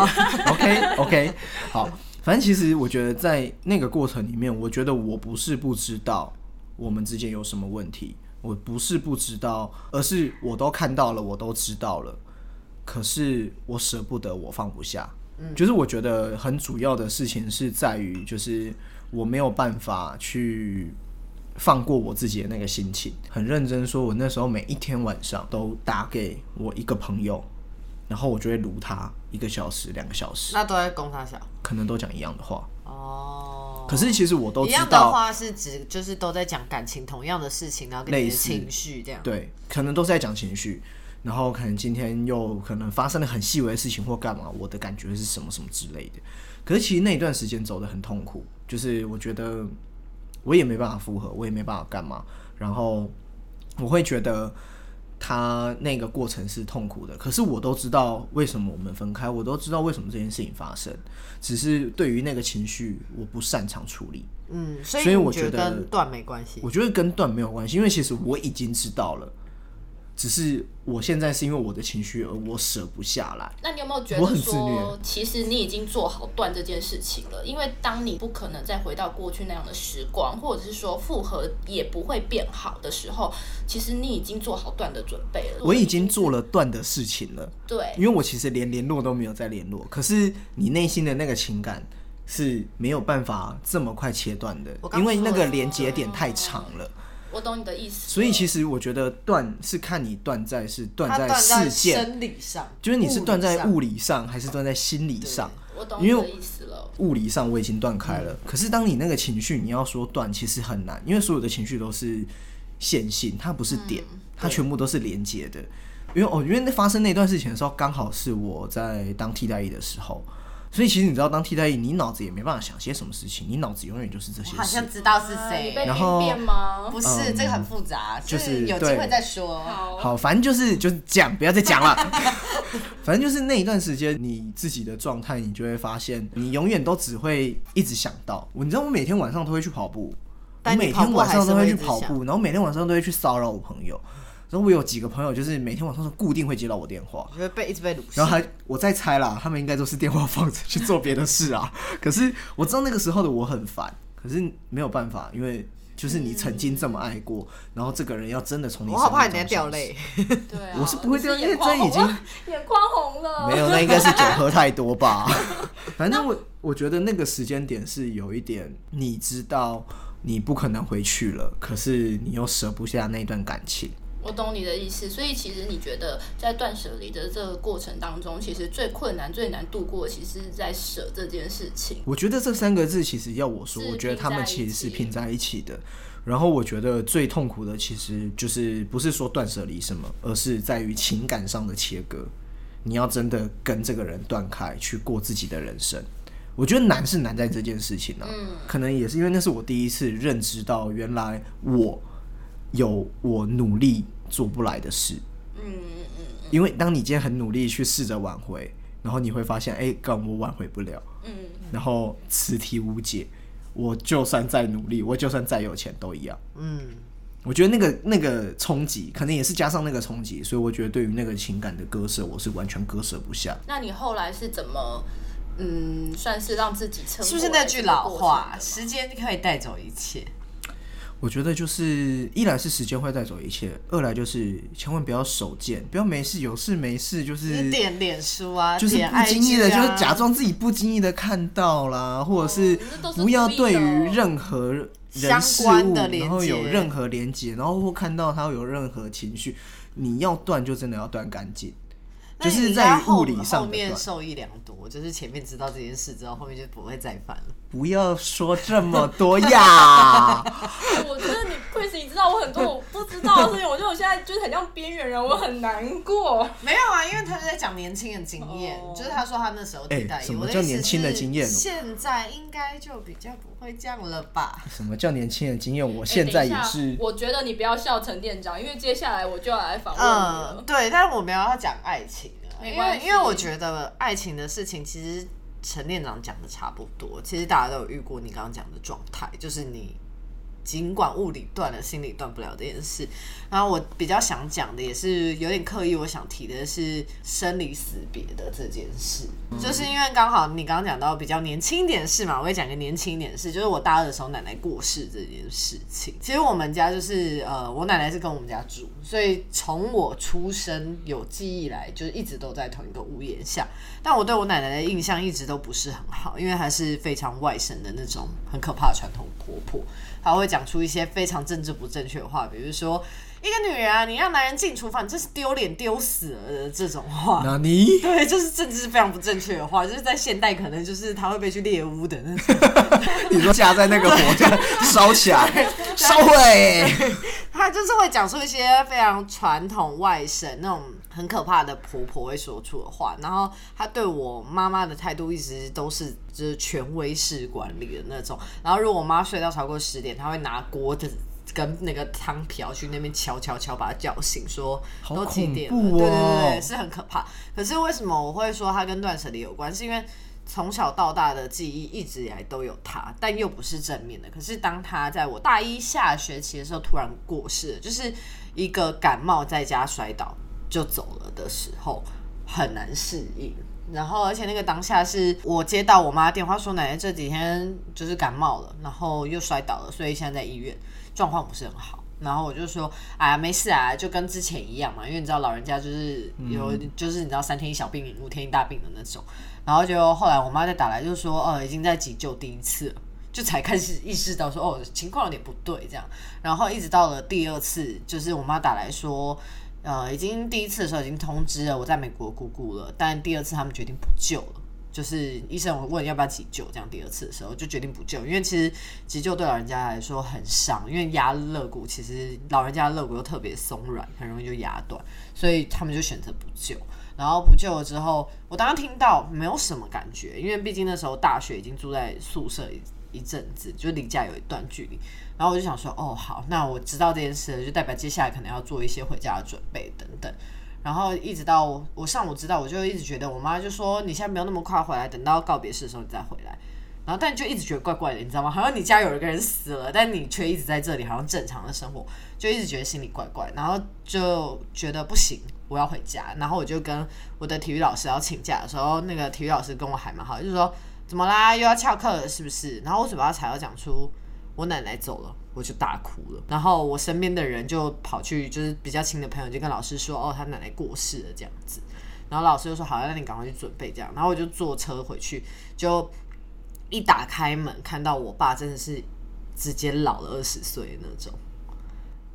[SPEAKER 1] OK OK，好，反正其实我觉得在那个过程里面，我觉得我不是不知道我们之间有什么问题，我不是不知道，而是我都看到了，我都知道了，可是我舍不得，我放不下。
[SPEAKER 2] 嗯
[SPEAKER 1] 就是我觉得很主要的事情是在于，就是我没有办法去放过我自己的那个心情，很认真说，我那时候每一天晚上都打给我一个朋友，然后我就会撸他一个小时、两个小时，
[SPEAKER 2] 那都在攻他小
[SPEAKER 1] 可能都讲一样的话。
[SPEAKER 2] 哦。
[SPEAKER 1] 可是其实我都
[SPEAKER 2] 一
[SPEAKER 1] 知
[SPEAKER 2] 样的
[SPEAKER 1] 道，
[SPEAKER 2] 话是指就是都在讲感情同样的事情，然后跟你
[SPEAKER 1] 类
[SPEAKER 2] 的
[SPEAKER 1] 似
[SPEAKER 2] 情绪这样。
[SPEAKER 1] 对，可能都是在讲情绪，然后可能今天又可能发生了很细微的事情或干嘛，我的感觉是什么什么之类的。可是其实那一段时间走得很痛苦，就是我觉得我也没办法复合，我也没办法干嘛，然后我会觉得他那个过程是痛苦的。可是我都知道为什么我们分开，我都知道为什么这件事情发生，只是对于那个情绪我不擅长处理。
[SPEAKER 2] 嗯，所
[SPEAKER 1] 所以
[SPEAKER 2] 你
[SPEAKER 1] 我
[SPEAKER 2] 觉
[SPEAKER 1] 觉得
[SPEAKER 2] 跟断没关系
[SPEAKER 1] 我。觉得跟断没有关系，因为其实我已经知道了，只是我现在是因为我的情绪而我舍不下来。
[SPEAKER 3] 那你有没有觉
[SPEAKER 1] 我
[SPEAKER 3] 得
[SPEAKER 1] 很自
[SPEAKER 3] 说
[SPEAKER 1] 虐，
[SPEAKER 3] 其实你已经做好断这件事情了？因为当你不可能再回到过去那样的时光，或者是说复合也不会变好的时候，其实你已经做好断的准备了。
[SPEAKER 1] 我已经做了断的事情了，
[SPEAKER 3] 对，
[SPEAKER 1] 因为我其实连联络都没有再联络。可是你内心的那个情感是没有办法这么快切断的
[SPEAKER 2] 我，刚
[SPEAKER 1] 因为
[SPEAKER 2] 说
[SPEAKER 1] 那
[SPEAKER 2] 了
[SPEAKER 1] 个连接点太长了。
[SPEAKER 3] 我懂你的意思了。
[SPEAKER 1] 所以其实我觉得断是看你断在是断
[SPEAKER 2] 它
[SPEAKER 1] 在
[SPEAKER 2] 断在
[SPEAKER 1] 事件，
[SPEAKER 2] 生理上，
[SPEAKER 1] 就是你是断在
[SPEAKER 2] 上
[SPEAKER 1] 物理上还是断在心理上。
[SPEAKER 3] 我懂你
[SPEAKER 1] 因为
[SPEAKER 3] 的意思了。
[SPEAKER 1] 物理上我已经断开
[SPEAKER 2] 嗯
[SPEAKER 1] 了，可是当你那个情绪你要说断，其实很难，因为所有的情绪都是线性，它不是点，
[SPEAKER 2] 嗯
[SPEAKER 1] 它全部都是连接的。因为哦，因为那发生那段事情的时候，刚好是我在当替代役的时候，所以其实你知道，当替代役，你脑子也没办法想些什么事情，你脑子永远就是这些
[SPEAKER 2] 好
[SPEAKER 1] 事
[SPEAKER 2] 像。知道是谁
[SPEAKER 3] 啊你，被
[SPEAKER 1] 然后
[SPEAKER 3] 兵变吗？
[SPEAKER 2] 不是这个很复杂，
[SPEAKER 1] 嗯就是是
[SPEAKER 2] 有机
[SPEAKER 1] 对
[SPEAKER 2] 会再说。
[SPEAKER 3] 好，
[SPEAKER 1] 好，反正就是就是这样，不要再讲了。 反正就是那一段时间，你自己的状态，你就会发现，你永远都只会一直想到。我你知道，我每天晚上都会去跑步，我
[SPEAKER 2] 但你
[SPEAKER 1] 每天晚上都去跑
[SPEAKER 2] 跑步还是会一直
[SPEAKER 1] 步，然后每天晚上都会去骚扰我朋友。然后我有几个朋友，就是每天晚上都固定会接到我电话，
[SPEAKER 2] 我觉得被一直被掳。
[SPEAKER 1] 然后还我在猜啦，他们应该都是电话放着去做别的事 啊。可是我知道那个时候的我很烦，可是没有办法，因为就是你曾经这么爱过，然后这个人要真的从你
[SPEAKER 2] 我好怕
[SPEAKER 1] 生
[SPEAKER 2] 你在
[SPEAKER 1] 命中
[SPEAKER 2] 掉
[SPEAKER 1] 消失
[SPEAKER 2] 泪，
[SPEAKER 3] 对啊，
[SPEAKER 1] 我是不会掉
[SPEAKER 3] 你
[SPEAKER 1] 因为
[SPEAKER 3] 眼眶
[SPEAKER 1] 这已经
[SPEAKER 3] 红了眼眶红了。
[SPEAKER 1] 没有，那应该是酒喝太多吧。反正我我觉得那个时间点是有一点，你知道你不可能回去了，可是你又舍不下那段感情。
[SPEAKER 3] 我懂你的意思，所以其实你觉得在断舍离的这个过程当中，其实最困难、最难度过，其实是在舍这件事情。
[SPEAKER 1] 我觉得这三个字其实要我说，
[SPEAKER 3] 是
[SPEAKER 1] 我觉得
[SPEAKER 3] 拼
[SPEAKER 1] 他们
[SPEAKER 3] 在
[SPEAKER 1] 其
[SPEAKER 3] 一
[SPEAKER 1] 实是
[SPEAKER 3] 起
[SPEAKER 1] 拼在一起的。然后我觉得最痛苦的其实就是不是说断舍离什么，而是在于情感上的切割。你要真的跟这个人断开，去过自己的人生。我觉得难是难在这件事情啊，
[SPEAKER 3] 嗯
[SPEAKER 1] 可能也是因为那是我第一次认知到，原来我有我努力做不来的事。
[SPEAKER 3] 嗯嗯
[SPEAKER 1] 因为当你今天很努力去试着挽回，然后你会发现，哎、干我挽回不了。
[SPEAKER 3] 嗯，
[SPEAKER 1] 然后此题无解。我就算再努力，我就算再有钱都一样。
[SPEAKER 2] 嗯，
[SPEAKER 1] 我觉得那个那个冲击，可能也是加上那个冲击，所以我觉得对于那个情感的割舍，我是完全割舍不下。
[SPEAKER 3] 那你后来是怎么，嗯，算是让自己撑？
[SPEAKER 2] 是不是那句老话，时间可以带走一切？
[SPEAKER 1] 我觉得就是一来是时间会带走一切，二来就是千万不要手贱，不要没事有事没事就
[SPEAKER 2] 就是
[SPEAKER 1] 是
[SPEAKER 2] 点脸书啊，
[SPEAKER 1] 就是
[SPEAKER 2] 点
[SPEAKER 1] 不经意
[SPEAKER 2] IG
[SPEAKER 1] 的，
[SPEAKER 2] 啊
[SPEAKER 1] 就是假装自己不经意的看到啦，或者是
[SPEAKER 3] 哦那都是
[SPEAKER 1] 不要
[SPEAKER 3] 故意的
[SPEAKER 1] 对于任何人事
[SPEAKER 2] 相关
[SPEAKER 1] 物，
[SPEAKER 2] 的连
[SPEAKER 1] 然后有
[SPEAKER 2] 接
[SPEAKER 1] 任何连接，然后或看到他有任何情绪，你要断就真的要断干净，
[SPEAKER 2] 那
[SPEAKER 1] 就
[SPEAKER 2] 你
[SPEAKER 1] 是
[SPEAKER 2] 应
[SPEAKER 1] 在
[SPEAKER 2] 该
[SPEAKER 1] 于
[SPEAKER 2] 后
[SPEAKER 1] 物理
[SPEAKER 2] 后
[SPEAKER 1] 上的
[SPEAKER 2] 面
[SPEAKER 1] 断。
[SPEAKER 2] 受益良多，就是前面知道这件事之后，后面就不会再犯了。
[SPEAKER 1] 不要说这么多呀，
[SPEAKER 3] 哎我觉得你 Chris，你知道我很多我不知道的事情，我觉得我现在就是很像边缘人，我很难过。
[SPEAKER 2] 没有啊，因为他是在讲年轻的经验，
[SPEAKER 3] 哦
[SPEAKER 2] 就是他说他那时候替代
[SPEAKER 1] 哎
[SPEAKER 2] 役
[SPEAKER 1] 什么
[SPEAKER 2] 我的
[SPEAKER 1] 叫
[SPEAKER 2] 意思
[SPEAKER 1] 年轻的
[SPEAKER 2] 是
[SPEAKER 1] 经验哦
[SPEAKER 2] 现在应该就比较不会这样了吧？
[SPEAKER 1] 什么叫年轻人经验？我
[SPEAKER 3] 哎
[SPEAKER 1] 现在
[SPEAKER 3] 等
[SPEAKER 1] 也
[SPEAKER 3] 一下
[SPEAKER 1] 是，
[SPEAKER 3] 我觉得你不要笑陈店长，因为接下来我就要来访问你
[SPEAKER 2] 嗯
[SPEAKER 3] 了，。
[SPEAKER 2] 对，但是我没有要讲爱情的，
[SPEAKER 3] 没
[SPEAKER 2] 因
[SPEAKER 3] 关
[SPEAKER 2] 为
[SPEAKER 3] 系
[SPEAKER 2] 因为我觉得爱情的事情其实陈店长讲的差不多，其实大家都有遇过你刚刚讲的状态，就是你尽管物理断了，心理断不了这件事。然后我比较想讲的也是有点刻意，我想提的是生离死别的这件事，就是因为刚好你刚刚讲到比较年轻一点的事嘛，我也讲个年轻一点的事，就是我大二的时候奶奶过世这件事情。其实我们家就是呃，我奶奶是跟我们家住，所以从我出生有记忆以来，就是一直都在同一个屋檐下。但我对我奶奶的印象一直都不是很好，因为她是非常外省的那种很可怕的传统婆婆，她会讲出一些非常政治不正确的话，比如说一个女人啊，你让男人进厨房，你真是丢脸丢死了的这种话。
[SPEAKER 1] 那你
[SPEAKER 2] 对，就是政治非常不正确的话，就是在现代可能就是他会被去猎巫的 那种。
[SPEAKER 1] 你说架在那个火这样烧起来，烧毁，
[SPEAKER 2] 他就是会讲出一些非常传统外省那种很可怕的婆婆会说出的话，然后他对我妈妈的态度一直都是就是权威式管理的那种，然后如果我妈睡到超过十点，他会拿锅子。跟那个汤瓢去那边敲敲敲，把她叫醒，说
[SPEAKER 1] 好
[SPEAKER 2] 都几点了？
[SPEAKER 1] 恐怖
[SPEAKER 2] 对
[SPEAKER 1] 哦
[SPEAKER 2] 对对对，是很可怕。可是为什么我会说它跟断舍离有关？是因为从小到大的记忆一直以来都有他，但又不是正面的。可是当他在我大一下学期的时候突然过世了，就是一个感冒在家摔倒就走了的时候，很难适应。然后，而且那个当下是我接到我妈电话说，奶奶这几天就是感冒了，然后又摔倒了，所以现在在医院，状况不是很好。然后我就说，哎呀，没事啊，就跟之前一样嘛，因为你知道老人家就是有，就是你知道三天一小病，五天一大病的那种。然后就后来我妈再打来，就说哦，已经在急救第一次了，就才开始意识到说哦，情况有点不对这样。然后一直到了第二次，就是我妈打来说，呃，已经第一次的时候已经通知了我在美国姑姑了，但第二次他们决定不救了。就是医生我问要不要急救，这样第二次的时候就决定不救，因为其实急救对老人家来说很伤，因为压肋骨，其实老人家的肋骨又特别松软，很容易就压断，所以他们就选择不救。然后不救了之后，我当时听到没有什么感觉，因为毕竟那时候大学已经住在宿舍一一阵子，就离家有一段距离。然后我就想说，哦，好，那我知道这件事了，就代表接下来可能要做一些回家的准备等等。然后一直到我我上午知道，我就一直觉得我妈就说你现在没有那么快回来，等到告别式的时候你再回来。然后但就一直觉得怪怪的，你知道吗？好像你家有一个人死了，但你却一直在这里，好像正常的生活，就一直觉得心里怪怪，然后就觉得不行，我要回家。然后我就跟我的体育老师要请假的时候，那个体育老师跟我还蛮好，就是说怎么啦，又要翘课了是不是？然后我嘴巴才要讲出我奶奶走了，我就大哭了。然后我身边的人就跑去，就是比较亲的朋友就跟老师说，哦，他奶奶过世了这样子。然后老师就说好，那你赶快去准备这样。然后我就坐车回去，就一打开门看到我爸真的是直接老了二十岁的那种。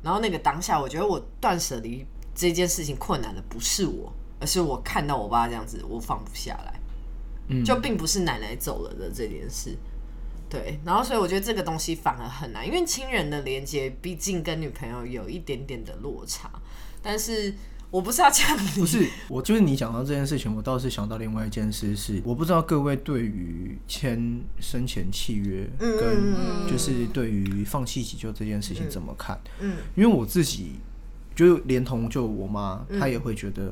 [SPEAKER 2] 然后那个当下，我觉得我断舍离这件事情困难的不是我，而是我看到我爸这样子，我放不下来。
[SPEAKER 1] 嗯
[SPEAKER 2] 就并不是奶奶走了的这件事。对，然后所以我觉得这个东西反而很难，因为亲人的连接毕竟跟女朋友有一点点的落差。但是我不是要呛你，
[SPEAKER 1] 不是，我就是你讲到这件事情，我倒是想到另外一件事是，我不知道各位对于签生前契约
[SPEAKER 2] 嗯
[SPEAKER 1] 跟就是对于放弃急救这件事情怎么看？
[SPEAKER 2] 嗯，
[SPEAKER 1] 因为我自己就连同就我妈，她也会觉得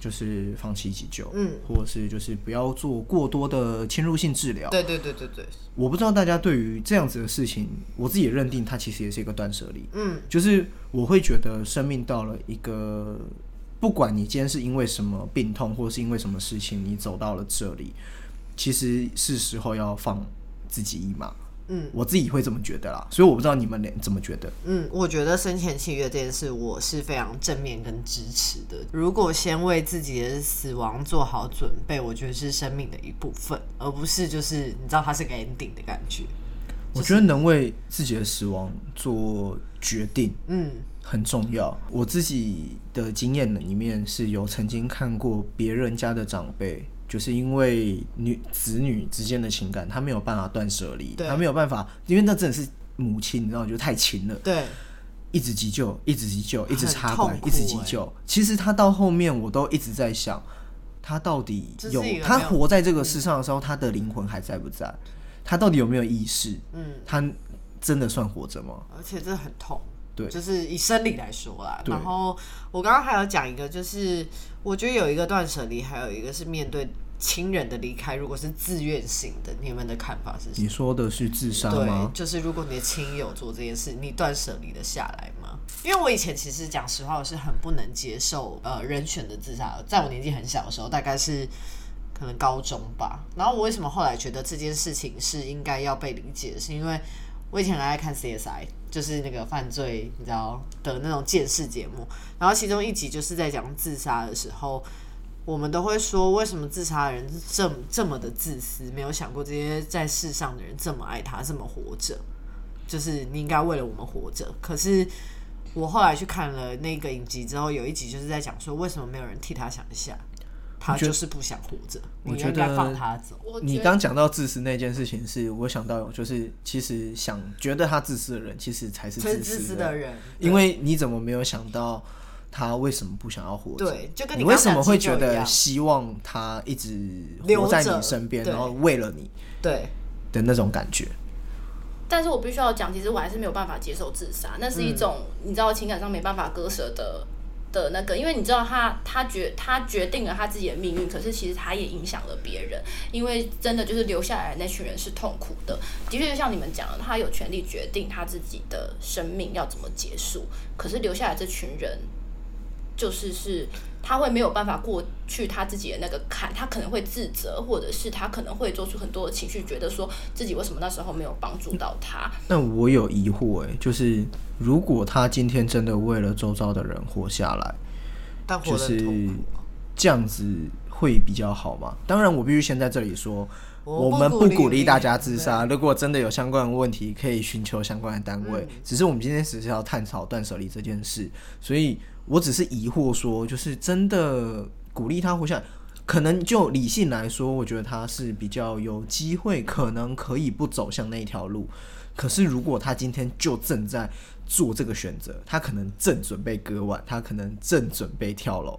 [SPEAKER 1] 就是放弃急救，
[SPEAKER 2] 嗯，
[SPEAKER 1] 或者是就是不要做过多的侵入性治疗。
[SPEAKER 2] 对对对对对，
[SPEAKER 1] 我不知道大家对于这样子的事情，我自己也认定它其实也是一个断舍离。
[SPEAKER 2] 嗯，
[SPEAKER 1] 就是我会觉得生命到了一个，不管你今天是因为什么病痛，或是因为什么事情，你走到了这里，其实是时候要放自己一马。
[SPEAKER 2] 嗯，
[SPEAKER 1] 我自己会这么觉得啦，所以我不知道你们怎么觉得。
[SPEAKER 2] 嗯，我觉得生前契约这件事，我是非常正面跟支持的。如果先为自己的死亡做好准备，我觉得是生命的一部分，而不是就是你知道它是个 ending 的感觉。
[SPEAKER 1] 我觉得能为自己的死亡做决定，
[SPEAKER 2] 嗯
[SPEAKER 1] 很重要。我自己的经验里面是有曾经看过别人家的长辈，就是因为女子女之间的情感，他没有办法断舍离，
[SPEAKER 2] 对
[SPEAKER 1] 他没有办法，因为那真的是母亲，你知道，就太亲了，
[SPEAKER 2] 对，
[SPEAKER 1] 一直急救，一直急救，一直插管
[SPEAKER 2] 很痛，苦欸
[SPEAKER 1] 一直急救。其实他到后面，我都一直在想，他到底
[SPEAKER 2] 这是
[SPEAKER 1] 有
[SPEAKER 2] 一个
[SPEAKER 1] 他
[SPEAKER 2] 没有嗯
[SPEAKER 1] 活在这个世上的时候，他的灵魂还在不在？他到底有没有意识？
[SPEAKER 2] 嗯，
[SPEAKER 1] 他真的算活着吗？
[SPEAKER 2] 而且这很痛。
[SPEAKER 1] 对
[SPEAKER 2] 就是以生理来说啦。
[SPEAKER 1] 对
[SPEAKER 2] 然后我刚刚还有讲一个，就是我觉得有一个断舍离，还有一个是面对亲人的离开，如果是自愿性的，你们的看法是什么？
[SPEAKER 1] 你说的是自杀吗
[SPEAKER 2] 对，？就是如果你的亲友做这件事，你断舍离的下来吗？因为我以前其实讲实话，我是很不能接受呃人选的自杀的，在我年纪很小的时候，大概是可能高中吧。然后我为什么后来觉得这件事情是应该要被理解，是因为我以前很爱看 CSI，就是那个犯罪你知道的那种见识节目，然后其中一集就是在讲自杀的时候。我们都会说，为什么自杀的人这么这么的自私，没有想过这些在世上的人这么爱他，这么活着，就是你应该为了我们活着。可是我后来去看了那个影集之后，有一集就是在讲说，为什么没有人替他想一下，他就是不想活着，
[SPEAKER 1] 我
[SPEAKER 2] 你
[SPEAKER 1] 觉
[SPEAKER 2] 应
[SPEAKER 1] 得
[SPEAKER 2] 该放他走。
[SPEAKER 3] 我
[SPEAKER 1] 你
[SPEAKER 3] 觉得
[SPEAKER 1] 刚讲到自私那件事情是，我想到就是其实想觉得他自私的人，其实才是
[SPEAKER 2] 才是
[SPEAKER 1] 自
[SPEAKER 2] 自
[SPEAKER 1] 私
[SPEAKER 2] 私
[SPEAKER 1] 的
[SPEAKER 2] 的，人，
[SPEAKER 1] 因为你怎么没有想到他为什么不想要活着？
[SPEAKER 2] 对，就跟
[SPEAKER 1] 你
[SPEAKER 2] 刚
[SPEAKER 1] 为
[SPEAKER 2] 刚
[SPEAKER 1] 什么
[SPEAKER 2] 讲
[SPEAKER 1] 会
[SPEAKER 2] 鸡
[SPEAKER 1] 觉
[SPEAKER 2] 酒一
[SPEAKER 1] 得
[SPEAKER 2] 样
[SPEAKER 1] 希望他一直活
[SPEAKER 2] 留
[SPEAKER 1] 在
[SPEAKER 2] 着
[SPEAKER 1] 你身边，
[SPEAKER 2] 对
[SPEAKER 1] 然后为了你
[SPEAKER 2] 对？
[SPEAKER 1] 的那种感觉？
[SPEAKER 3] 但是我必须要讲，其实我还是没有办法接受自杀，那
[SPEAKER 1] 嗯
[SPEAKER 3] 是一种、你知道情感上没办法割舍的的那个，因为你知道他他决他决定了他自己的命运，可是其实他也影响了别人，因为真的就是留下来的那群人是痛苦的，的确就像你们讲的，他有权利决定他自己的生命要怎么结束，可是留下来这群人就是是他会没有办法过去他自己的那个坎，他可能会自责，或者是他可能会做出很多的情绪，觉得说自己为什么那时候没有帮助到他。
[SPEAKER 1] 那我有疑惑哎、就是如果他今天真的为了周遭的人活下来，
[SPEAKER 2] 但
[SPEAKER 1] 就
[SPEAKER 2] 活得很
[SPEAKER 1] 是
[SPEAKER 2] 痛苦。
[SPEAKER 1] 这样子会比较好吗？当然，我必须先在这里说，
[SPEAKER 2] 我
[SPEAKER 1] 我们
[SPEAKER 2] 不
[SPEAKER 1] 不
[SPEAKER 2] 鼓
[SPEAKER 1] 鼓
[SPEAKER 2] 励
[SPEAKER 1] 励大家自杀。如果真的有相关的问题，可以寻求相关的单位。只是我们今天只是要探讨断舍离这件事，所以我只是疑惑说，就是真的鼓励他活下来。可能就理性来说，我觉得他是比较有机会，可能可以不走向那一条路。可是如果他今天就正在做这个选择，他可能正准备割腕，他可能正准备跳楼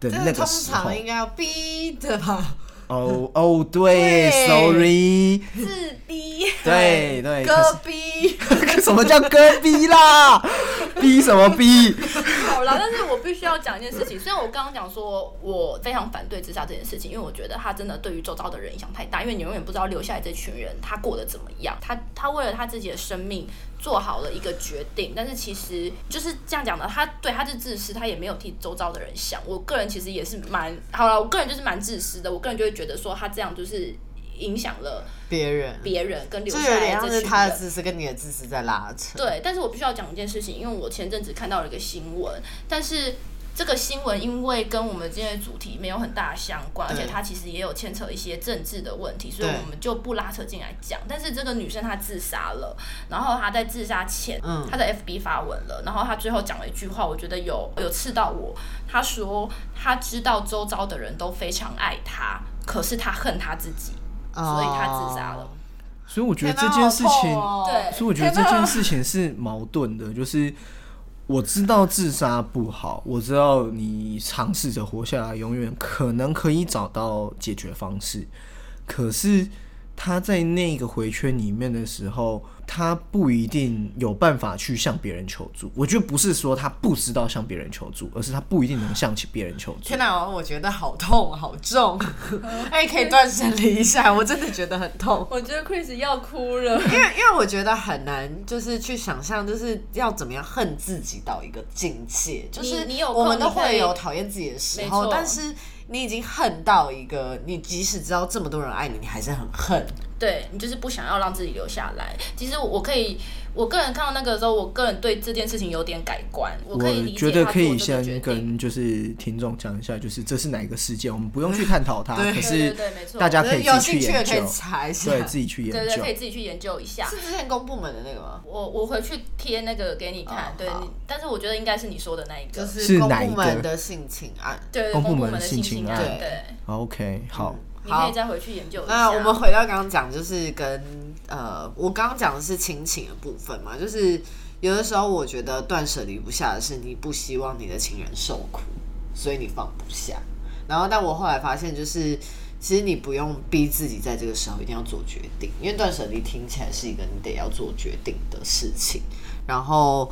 [SPEAKER 1] 的
[SPEAKER 2] 这
[SPEAKER 1] 那
[SPEAKER 2] 通
[SPEAKER 1] 个时候
[SPEAKER 2] 常，应该要逼的吧？
[SPEAKER 1] 哦哦，对
[SPEAKER 2] 对
[SPEAKER 1] s o r r y
[SPEAKER 3] 自逼，
[SPEAKER 1] 对对，
[SPEAKER 2] 割逼，
[SPEAKER 1] 哎可是什么叫割逼啦？ 逼什么逼？
[SPEAKER 3] 好了，但是我必须要讲一件事情。虽然我刚刚讲说我非常反对自杀这件事情，因为我觉得他真的对于周遭的人影响太大，因为你永远不知道留下来这群人他过得怎么样，他他为了他自己的生命做好了一个决定，但是其实就是这样讲的，他对他是自私，他也没有替周遭的人想。我个人其实也是蛮好了，我个人就是蛮自私的，我个人就会觉得说他这样就是影响了
[SPEAKER 2] 别人，
[SPEAKER 3] 别人跟留
[SPEAKER 2] 这
[SPEAKER 3] 下
[SPEAKER 2] 有
[SPEAKER 3] 来
[SPEAKER 2] 点
[SPEAKER 3] 这
[SPEAKER 2] 像
[SPEAKER 3] 群
[SPEAKER 2] 是
[SPEAKER 3] 人。
[SPEAKER 2] 他的自私跟你的自私在拉扯。
[SPEAKER 3] 对，但是我必须要讲一件事情，因为我前阵子看到了一个新闻，但是这个新闻因为跟我们今天的主题没有很大的相关，而且
[SPEAKER 2] 对
[SPEAKER 3] 它其实也有牵扯一些政治的问题，所以
[SPEAKER 2] 对
[SPEAKER 3] 我们就不拉扯进来讲。但是这个女生她自杀了，然后她在自杀前，
[SPEAKER 2] 嗯
[SPEAKER 3] 她在 FB 发文了，然后她最后讲了一句话，我觉得有有刺到我。她说她知道周遭的人都非常爱她，可是她恨她自己，所以她自杀了。
[SPEAKER 2] 哦
[SPEAKER 1] 所以我觉得
[SPEAKER 2] 天
[SPEAKER 1] 这
[SPEAKER 2] 哪
[SPEAKER 1] 件事
[SPEAKER 2] 好
[SPEAKER 1] 情
[SPEAKER 2] 痛，哦
[SPEAKER 3] 对
[SPEAKER 1] 所以我觉得这件事情是矛盾的，就是我知道自杀不好，我知道你尝试着活下来，永远可能可以找到解决方式，可是他在那个回圈里面的时候，他不一定有办法去向别人求助。我觉得不是说他不知道向别人求助，而是他不一定能向别人求助
[SPEAKER 2] 天。哪，我觉得好痛，好重。 哎，可以断舍离一下，我真的觉得很痛。
[SPEAKER 3] 我觉得 Chris 要哭了。
[SPEAKER 2] 因为因为我觉得很难，就是去想象，就是要怎么样恨自己到一个境界，就是
[SPEAKER 3] 你有空
[SPEAKER 2] 我们都
[SPEAKER 3] 你可
[SPEAKER 2] 会
[SPEAKER 3] 以
[SPEAKER 2] 有讨厌自己的时
[SPEAKER 3] 没
[SPEAKER 2] 候，
[SPEAKER 3] 错
[SPEAKER 2] 但是你已经恨到一个，你即使知道这么多人爱你，你还是很恨。
[SPEAKER 3] 对你就是不想要让自己留下来。其实我可以，我个人看到那个时候，我个人对这件事情有点改观。我可以理
[SPEAKER 1] 觉
[SPEAKER 3] 解
[SPEAKER 1] 得
[SPEAKER 3] 他
[SPEAKER 1] 可
[SPEAKER 3] 做
[SPEAKER 1] 以
[SPEAKER 3] 这个决
[SPEAKER 1] 先
[SPEAKER 3] 定。
[SPEAKER 1] 跟就是听众讲一下，就是这是哪一个事件，我们不用去探讨它，
[SPEAKER 2] 对
[SPEAKER 1] 可
[SPEAKER 3] 对
[SPEAKER 1] 是
[SPEAKER 3] 对对没错
[SPEAKER 1] 大家可以
[SPEAKER 2] 有
[SPEAKER 1] 自己
[SPEAKER 2] 兴
[SPEAKER 1] 去
[SPEAKER 2] 趣的
[SPEAKER 1] 研
[SPEAKER 2] 可以
[SPEAKER 1] 究，
[SPEAKER 2] 查一下，
[SPEAKER 1] 对自己去研
[SPEAKER 3] 对
[SPEAKER 1] 究。
[SPEAKER 3] 对，可以自己去研究一下。
[SPEAKER 2] 是之前公部门的那个吗？
[SPEAKER 3] 我我回去贴那个给你看，
[SPEAKER 2] 哦
[SPEAKER 3] 对
[SPEAKER 2] 好
[SPEAKER 3] 你，但是我觉得应该是你说的那一个，
[SPEAKER 2] 就是
[SPEAKER 1] 是
[SPEAKER 2] 公
[SPEAKER 1] 哪
[SPEAKER 2] 部
[SPEAKER 1] 一个
[SPEAKER 2] 门的性侵案。
[SPEAKER 3] 对对
[SPEAKER 1] 公部
[SPEAKER 3] 部
[SPEAKER 1] 门
[SPEAKER 3] 门的
[SPEAKER 1] 性啊侵
[SPEAKER 3] 侵
[SPEAKER 1] 案
[SPEAKER 3] 对，
[SPEAKER 1] OK，好，
[SPEAKER 3] 你
[SPEAKER 2] 嗯好
[SPEAKER 3] 可以再回去研究一下。
[SPEAKER 2] 那我们回到刚刚讲，就是跟呃，我刚刚讲的是亲情的部分嘛，就是有的时候我觉得断舍离不下的是你不希望你的情人受苦，所以你放不下。然后，但我后来发现，就是其实你不用逼自己在这个时候一定要做决定，因为断舍离听起来是一个你得要做决定的事情。然后，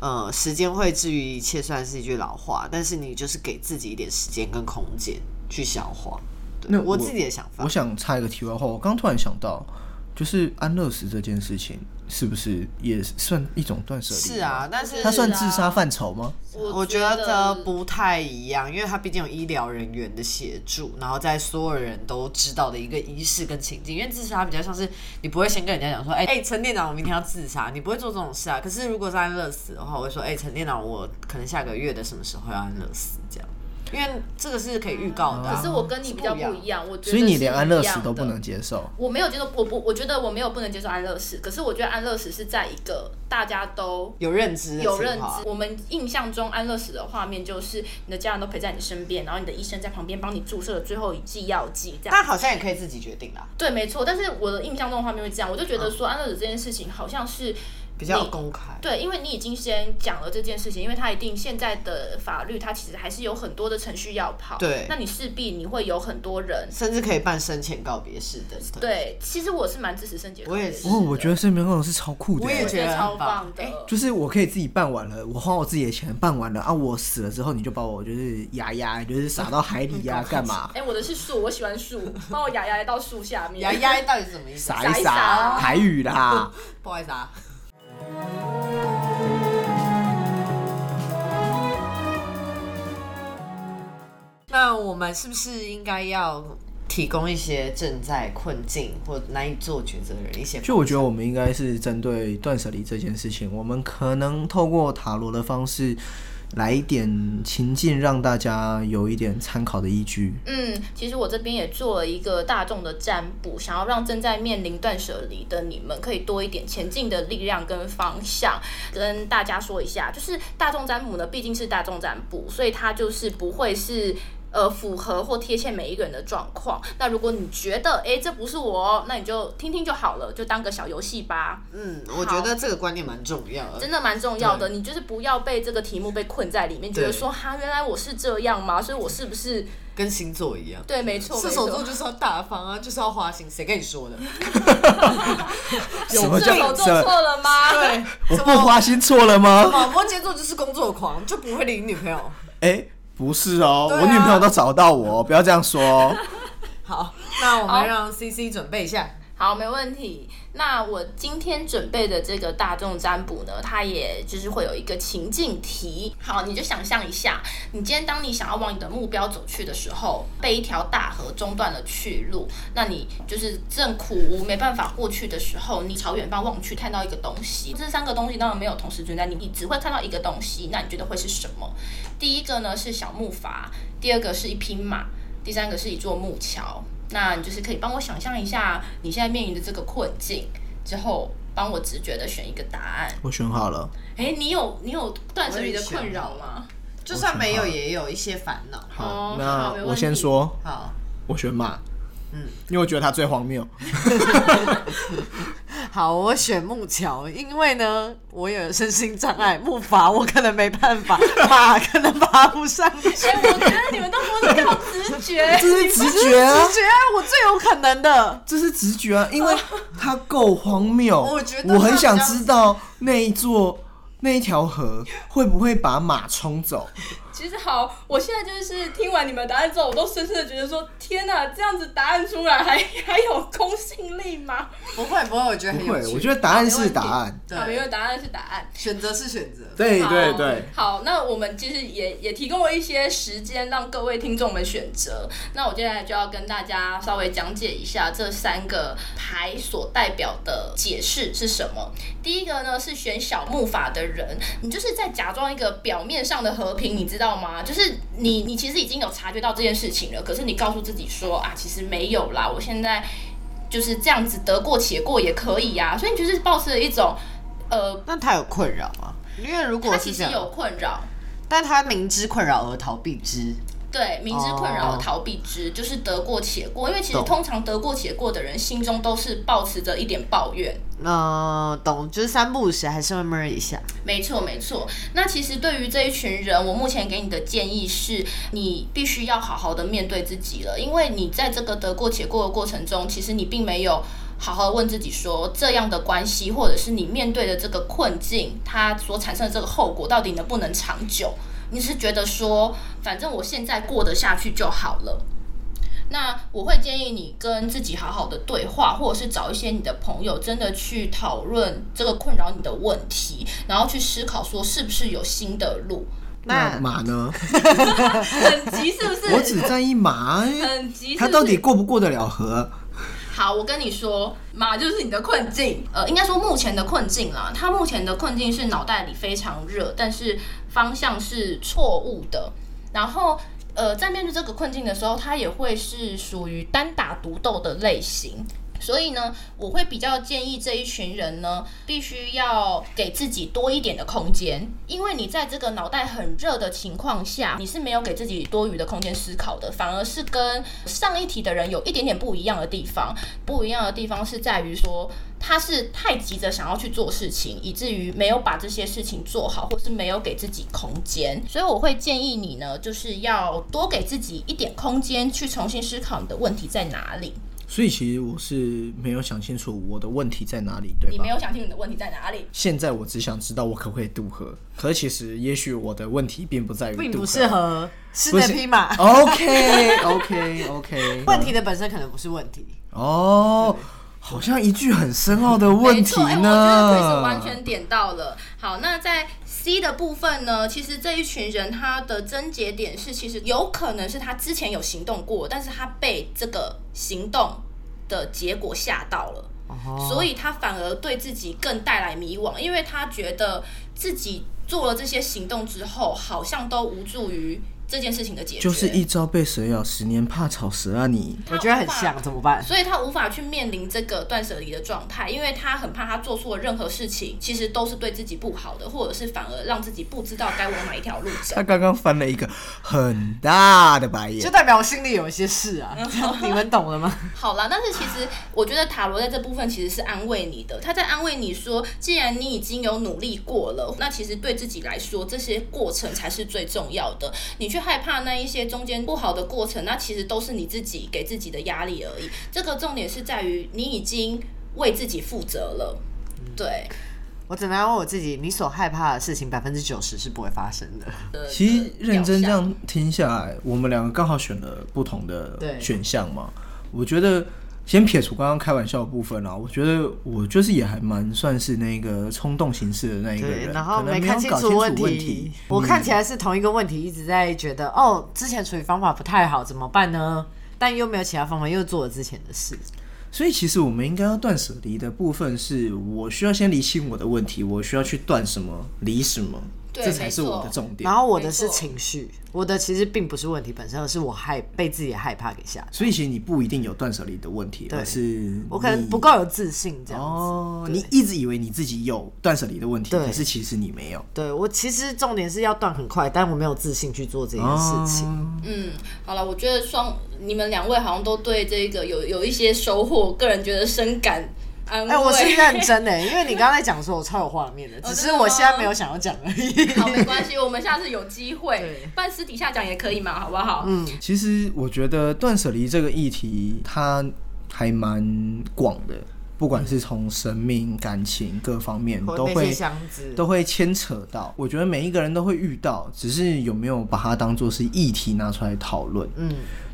[SPEAKER 2] 呃，时间会治愈一切，虽然是一句老话，但是你就是给自己一点时间跟空间去消化。对
[SPEAKER 1] 那
[SPEAKER 2] 我
[SPEAKER 1] 我
[SPEAKER 2] 自己的想法
[SPEAKER 1] 我，想插一个题外话，我刚突然想到，就是安乐死这件事情，是不是也算一种断舍离？
[SPEAKER 2] 是，啊，但是
[SPEAKER 1] 它算
[SPEAKER 3] 是啊
[SPEAKER 1] 自杀范畴吗？
[SPEAKER 2] 我觉得不太一样，因为它毕竟有医疗人员的协助，然后在所有人都知道的一个仪式跟情境。因为自杀比较像是你不会先跟人家讲说，哎、哎，陈店长，我明天要自杀，你不会做这种事啊。可是如果是安乐死的话，我会说，哎、陈店长，我可能下个月的什么时候要安乐死这样。因为这个是可以预告的啊、
[SPEAKER 3] 可是我跟你比较
[SPEAKER 2] 是不
[SPEAKER 3] 不
[SPEAKER 2] 一
[SPEAKER 3] 一样，我觉得
[SPEAKER 1] 所以你
[SPEAKER 3] 是
[SPEAKER 1] 连
[SPEAKER 3] 不
[SPEAKER 1] 安
[SPEAKER 3] 一
[SPEAKER 1] 乐
[SPEAKER 3] 样
[SPEAKER 1] 死都
[SPEAKER 3] 的
[SPEAKER 1] 不能接受。
[SPEAKER 3] 我没有接受，我不，我觉得我没有不能接受安乐死，可是我觉得安乐死是在一个大家都
[SPEAKER 2] 有认知的
[SPEAKER 3] 有认
[SPEAKER 2] 情况啊
[SPEAKER 3] 知。我们印象中安乐死的画面就是你的家人都陪在你身边，然后你的医生在旁边帮你注射了最后一剂药剂，这样。
[SPEAKER 2] 但好像也可以自己决定啦，
[SPEAKER 3] 对，没错。但是我的印象中的画面会这样，我就觉得
[SPEAKER 2] 嗯
[SPEAKER 3] 说安乐死这件事情好像是
[SPEAKER 2] 比较
[SPEAKER 3] 你
[SPEAKER 2] 公开。
[SPEAKER 3] 对，因为你已经先讲了这件事情，因为它一定现在的法律，它其实还是有很多的程序要跑。
[SPEAKER 2] 对
[SPEAKER 3] 那你势必你会有很多人。
[SPEAKER 2] 甚至可以办生前告别式等等。，
[SPEAKER 3] 对，其实我是蛮支持圣洁考
[SPEAKER 2] 我
[SPEAKER 3] 虑
[SPEAKER 2] 也
[SPEAKER 3] 的。
[SPEAKER 2] 是
[SPEAKER 1] 哦，我觉得身边那种是超酷的
[SPEAKER 2] 我也
[SPEAKER 1] 欸，
[SPEAKER 2] 觉得
[SPEAKER 3] 超
[SPEAKER 2] 很棒
[SPEAKER 3] 棒的。
[SPEAKER 2] 哎
[SPEAKER 1] 就是我可以自己办完了，我花我自己的钱办完了啊，我死了之后你就把我就是压压，就是撒到海里 呀、干嘛？
[SPEAKER 3] 哎、我的是树，我喜欢树，帮我压压到树下面。
[SPEAKER 2] 牙压到底是什么意思？
[SPEAKER 1] 撒
[SPEAKER 2] 啊
[SPEAKER 3] 撒
[SPEAKER 1] 一
[SPEAKER 3] 一
[SPEAKER 1] 撒，
[SPEAKER 3] 撒
[SPEAKER 1] 台语啦。
[SPEAKER 2] 不好意思啊。那我们是不是应该要提供一些正在困境或难以做抉择的人一些？
[SPEAKER 1] 就我觉得我们应该是针对断舍离这件事情，我们可能透过塔罗的方式来一点情境，让大家有一点参考的依据。
[SPEAKER 3] 嗯，其实我这边也做了一个大众的占卜，想要让正在面临断舍离的你们可以多一点前进的力量跟方向。跟大家说一下，就是大众占卜呢，毕竟是大众占卜，所以它就是不会是。呃，符合或贴切每一个人的状况。那如果你觉得，哎、这不是我哦，那你就听听就好了，就当个小游戏吧。
[SPEAKER 2] 嗯，我觉得这个观念蛮重要的。
[SPEAKER 3] 真的蛮重要的。你就是不要被这个题目被困在里面，觉得说哈，原来我是这样吗？所以我是不是
[SPEAKER 2] 跟星座一样，
[SPEAKER 3] 对？没错，
[SPEAKER 2] 射
[SPEAKER 3] 没
[SPEAKER 2] 手
[SPEAKER 3] 错
[SPEAKER 2] 座就是要大方啊，就是要花心，谁跟你说的？
[SPEAKER 1] 什么
[SPEAKER 3] 射手
[SPEAKER 1] 叫
[SPEAKER 3] 座
[SPEAKER 1] 什么
[SPEAKER 3] 错了吗？
[SPEAKER 2] 对，
[SPEAKER 1] 我不花心错了吗？
[SPEAKER 2] 摩羯座就是工作狂，就不会理女朋友。
[SPEAKER 1] 哎、不是哦，
[SPEAKER 2] 对啊
[SPEAKER 1] 我女朋友都找到我，不要这样说 哦。
[SPEAKER 2] 好，那我
[SPEAKER 3] 好
[SPEAKER 2] 们让 C C 准备一下。
[SPEAKER 3] 好，没问题。那我今天准备的这个大众占卜呢，它也就是会有一个情境题。好，你就想象一下，你今天当你想要往你的目标走去的时候，被一条大河中断了去路，那你就是正苦无没办法过去的时候，你朝远方望去，看到一个东西。这三个东西当然没有同时存在，你你只会看到一个东西，那你觉得会是什么？第一个呢是小木筏，第二个是一匹马，第三个是一座木桥。那你就是可以帮我想象一下你现在面临的这个困境，之后帮我直觉的选一个答案。
[SPEAKER 1] 我选好了，
[SPEAKER 3] 诶，你有你有断舍离的困扰吗？
[SPEAKER 2] 就算没有，也有一些烦恼。
[SPEAKER 1] 好
[SPEAKER 3] 哦，好没
[SPEAKER 1] 那
[SPEAKER 3] 问
[SPEAKER 1] 我先
[SPEAKER 3] 题
[SPEAKER 1] 说，
[SPEAKER 2] 好，
[SPEAKER 1] 我选马，
[SPEAKER 2] 嗯，
[SPEAKER 1] 因为我觉得它最荒谬。
[SPEAKER 2] 好，我选木桥，因为呢，我有身心障碍，木筏我可能没办 法，马可能爬不上去。
[SPEAKER 3] 哎、我觉得你们都不是靠直觉
[SPEAKER 1] 这。是直觉啊，
[SPEAKER 2] 直觉啊，我最有可能的。
[SPEAKER 1] 这是直觉啊，因为它够荒谬。
[SPEAKER 2] 我觉得
[SPEAKER 1] 我很
[SPEAKER 2] 它
[SPEAKER 1] 想
[SPEAKER 2] 比较
[SPEAKER 1] 知道那一座那一条河会不会把马冲走。
[SPEAKER 3] 其实好，我现在就是听完你们答案之后，我都深深的觉得说，天哪，这样子答案出来还 还有公信力吗？
[SPEAKER 2] 不会不会，我觉得
[SPEAKER 1] 不
[SPEAKER 2] 很有
[SPEAKER 1] 会，
[SPEAKER 2] 趣。
[SPEAKER 1] 我觉得答案是
[SPEAKER 2] 没问题
[SPEAKER 1] 答案。
[SPEAKER 3] 啊，没
[SPEAKER 2] 对，
[SPEAKER 3] 有答案是答案。
[SPEAKER 2] 选择是选择。
[SPEAKER 1] 对
[SPEAKER 3] 好
[SPEAKER 1] 对对，
[SPEAKER 3] 好，那我们其实也也提供了一些时间让各位听众们选择。那我接下来就要跟大家稍微讲解一下这三个牌所代表的解释是什么。第一个呢是选小木法的人，你就是在假装一个表面上的和平，你知道吗？就是你你其实已经有察觉到这件事情了，可是你告诉自己说啊，其实没有啦，我现在。就是这样子得过且过也可以啊呀、所以你就是保持了一种，呃，
[SPEAKER 2] 那他有困扰啊吗？因为如
[SPEAKER 3] 他
[SPEAKER 2] 果
[SPEAKER 3] 其
[SPEAKER 2] 是这
[SPEAKER 3] 实
[SPEAKER 2] 样，
[SPEAKER 3] 有困扰，
[SPEAKER 2] 但他明知困扰而逃避之。
[SPEAKER 3] 对，明知困扰而逃避之，就是得过且过。因为其实
[SPEAKER 1] 懂
[SPEAKER 3] 通常得过且过的人，心中都是抱持着一点抱怨。
[SPEAKER 2] 嗯、懂，就是三不五时还是会闷一下。
[SPEAKER 3] 没错，没错。那其实对于这一群人，我目前给你的建议是，你必须要好好的面对自己了，因为你在这个得过且过的过程中，其实你并没有好好地问自己说，这样的关系或者是你面对的这个困境，它所产生的这个后果到底能不能长久？你是觉得说，反正我现在过得下去就好了。那我会建议你跟自己好好的对话，或者是找一些你的朋友，真的去讨论这个困扰你的问题，然后去思考说是不是有新的路。
[SPEAKER 1] 那马呢？
[SPEAKER 3] 很急是不
[SPEAKER 1] 我
[SPEAKER 3] 是？
[SPEAKER 1] 只在意马，
[SPEAKER 2] 呃
[SPEAKER 1] 哎
[SPEAKER 3] 很急是不是
[SPEAKER 1] 它到底过不过得了河？
[SPEAKER 3] 好，我跟你说，马就是你的困境。呃，应该说目前的困境啦，他目前的困境是脑袋里非常热，但是方向是错误的。然后呃，在面对这个困境的时候，它也会是属于单打独斗的类型。所以呢，我会比较建议这一群人呢，必须要给自己多一点的空间，因为你在这个脑袋很热的情况下，你是没有给自己多余的空间思考的，反而是跟上一题的人有一点点不一样的地方。不一样的地方是在于说，他是太急着想要去做事情，以至于没有把这些事情做好，或是没有给自己空间。所以我会建议你呢，就是要多给自己一点空间，去重新思考你的问题在哪里。
[SPEAKER 1] 所以其实我是没有想清楚我的问题在哪里，对
[SPEAKER 3] 你
[SPEAKER 1] 吧
[SPEAKER 3] 没？有想清楚你的问题在哪里。
[SPEAKER 1] 现在我只想知道我可不可以渡河，可是其实也许我的问题并不在于渡河，
[SPEAKER 2] 并不适合是哦
[SPEAKER 1] 不
[SPEAKER 2] 那
[SPEAKER 1] 是
[SPEAKER 2] 匹马。
[SPEAKER 1] OK OK OK，
[SPEAKER 2] 问题的本身可能不是问题，
[SPEAKER 1] 哦，好像一句很深奥的问
[SPEAKER 3] 没
[SPEAKER 1] 题
[SPEAKER 3] 错，哎，我觉
[SPEAKER 1] 呢。
[SPEAKER 3] 得 Chris 完全点到了。好，那在 C 的部分呢，其实这一群人他的症结点是，其实有可能是他之前有行动过，但是他被这个行动的结果吓到了。
[SPEAKER 1] 哦
[SPEAKER 3] 所以他反而对自己更带来迷惘，因为他觉得自己做了这些行动之后，好像都无助于这件事情的解决，
[SPEAKER 1] 就是一朝被蛇咬，十年怕草蛇啊你！
[SPEAKER 2] 我觉得很像，怎么办？
[SPEAKER 3] 所以他无法去面临这个断舍离的状态，因为他很怕他做错任何事情，其实都是对自己不好的，或者是反而让自己不知道该往哪一条路走
[SPEAKER 1] 他。刚刚翻了一个很大的白
[SPEAKER 2] 就
[SPEAKER 1] 眼。
[SPEAKER 2] 代表我心里有一些事啊，这样你们懂了吗？
[SPEAKER 3] 好啦，但是其实我觉得塔罗在这部分其实是安慰你的，他在安慰你说，既然你已经有努力过了，那其实对自己来说，这些过程才是最重要的。你去害怕那一些中间不好的过程，那其实都是你自己给自己的压力而已。这个重点是在于你已经为自己负责了，对。
[SPEAKER 2] 我只能安慰我自己，你所害怕的事情百分之九十是不会发生的。
[SPEAKER 1] 其实认真这样听下来，我们两个刚好选了不同的
[SPEAKER 2] 对
[SPEAKER 1] 选项嘛。我觉得先撇除刚刚开玩笑的部分啦，我觉得我就是也还蛮算是那个冲动行事的那一个
[SPEAKER 2] 对，
[SPEAKER 1] 人，
[SPEAKER 2] 然后
[SPEAKER 1] 可能
[SPEAKER 2] 没
[SPEAKER 1] 没
[SPEAKER 2] 看
[SPEAKER 1] 有
[SPEAKER 2] 清
[SPEAKER 1] 搞清
[SPEAKER 2] 楚问
[SPEAKER 1] 题。嗯
[SPEAKER 2] 题。我看起来是同一个问题，一直在觉得哦，之前处理方法不太好，怎么办呢？但又没有其他方法，又做了之前的事。
[SPEAKER 1] 所以其实我们应该要断舍离的部分是，我需要先理清我的问题，我需要去断什么离什么，
[SPEAKER 3] 对
[SPEAKER 1] 这才是我的
[SPEAKER 3] 没错
[SPEAKER 1] 重点
[SPEAKER 2] 然。后我的
[SPEAKER 3] 没
[SPEAKER 2] 是
[SPEAKER 3] 错
[SPEAKER 2] 情绪，我的其实并不是问题本身，而是我害被自己害怕给吓。
[SPEAKER 1] 所以其实你不一定有断舍离的问题，而是
[SPEAKER 2] 我可能
[SPEAKER 1] 你
[SPEAKER 2] 不够有自信这样子。
[SPEAKER 1] 哦，
[SPEAKER 2] 对
[SPEAKER 1] 你一直以为你自己有断舍离的问题，
[SPEAKER 2] 对
[SPEAKER 1] 可是其实你没有
[SPEAKER 2] 对我其实重点是要断很快，但我没有自信去做这件事情。
[SPEAKER 1] 哦
[SPEAKER 3] 嗯，好了，我觉得双你们两位好像都对这个有有一些收获，个人觉得深感安慰。
[SPEAKER 2] 哎、我是认真的，因为你刚才讲说我超有画面的，只是
[SPEAKER 3] 真的吗
[SPEAKER 2] 我现在没有想要讲而已。
[SPEAKER 3] 好，没关系，我们下次有机会
[SPEAKER 2] 对，
[SPEAKER 3] 办私底下讲也可以嘛，好不好？嗯，
[SPEAKER 1] 其实我觉得断舍离这个议题，它还蛮广的，不管是从生命、感情各方面
[SPEAKER 2] 我
[SPEAKER 1] 都
[SPEAKER 2] 那
[SPEAKER 1] 会
[SPEAKER 2] 些箱子
[SPEAKER 1] 都会牵扯到。我觉得每一个人都会遇到，只是有没有把它当做是议题拿出来讨论。
[SPEAKER 2] 嗯，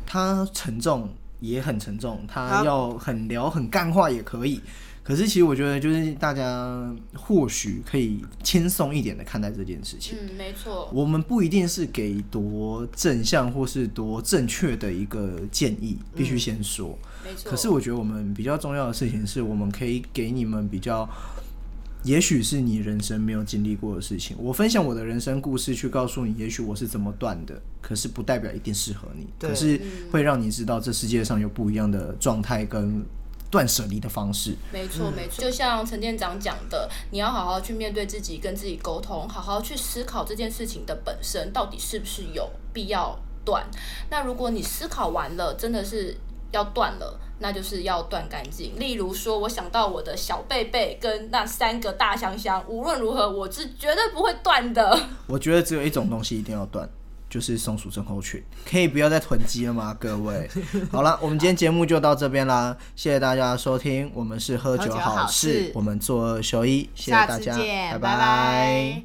[SPEAKER 1] 它沉重也很沉重，它
[SPEAKER 2] 好
[SPEAKER 1] 要很聊很干话也可以。可是其实我觉得，就是大家或许可以轻松一点的看待这件事情。
[SPEAKER 3] 嗯没错。
[SPEAKER 1] 我们不一定是给多正向或是多正确的一个建议，必须先说。
[SPEAKER 3] 没错
[SPEAKER 1] 可是我觉得我们比较重要的事情是，我们可以给你们比较，也许是你人生没有经历过的事情。我分享我的人生故事，去告诉你，也许我是怎么断的，可是不代表一定适合你，
[SPEAKER 2] 对
[SPEAKER 1] 可是会让你知道这世界上有不一样的状态跟断舍离的方式。
[SPEAKER 3] 没错，没错，就像陈店长讲的，你要好好去面对自己，跟自己沟通，好好去思考这件事情的本身到底是不是有必要断。那如果你思考完了，真的是要断了。那就是要断干净。例如说，我想到我的小贝贝跟那三个大香香，无论如何，我是绝对不会断的。
[SPEAKER 1] 我觉得只有一种东西一定要断，就是松鼠症候群，可以不要再囤积了吗？各 位，好了，我们今天节目就到这边啦，谢谢大家的收听，我们是喝酒
[SPEAKER 2] 喝酒
[SPEAKER 1] 好
[SPEAKER 2] 好
[SPEAKER 1] 事
[SPEAKER 2] 事，
[SPEAKER 1] 我们做二休一，谢谢
[SPEAKER 2] 下
[SPEAKER 1] 大
[SPEAKER 2] 次
[SPEAKER 1] 家，
[SPEAKER 2] 见
[SPEAKER 1] 拜
[SPEAKER 2] 拜拜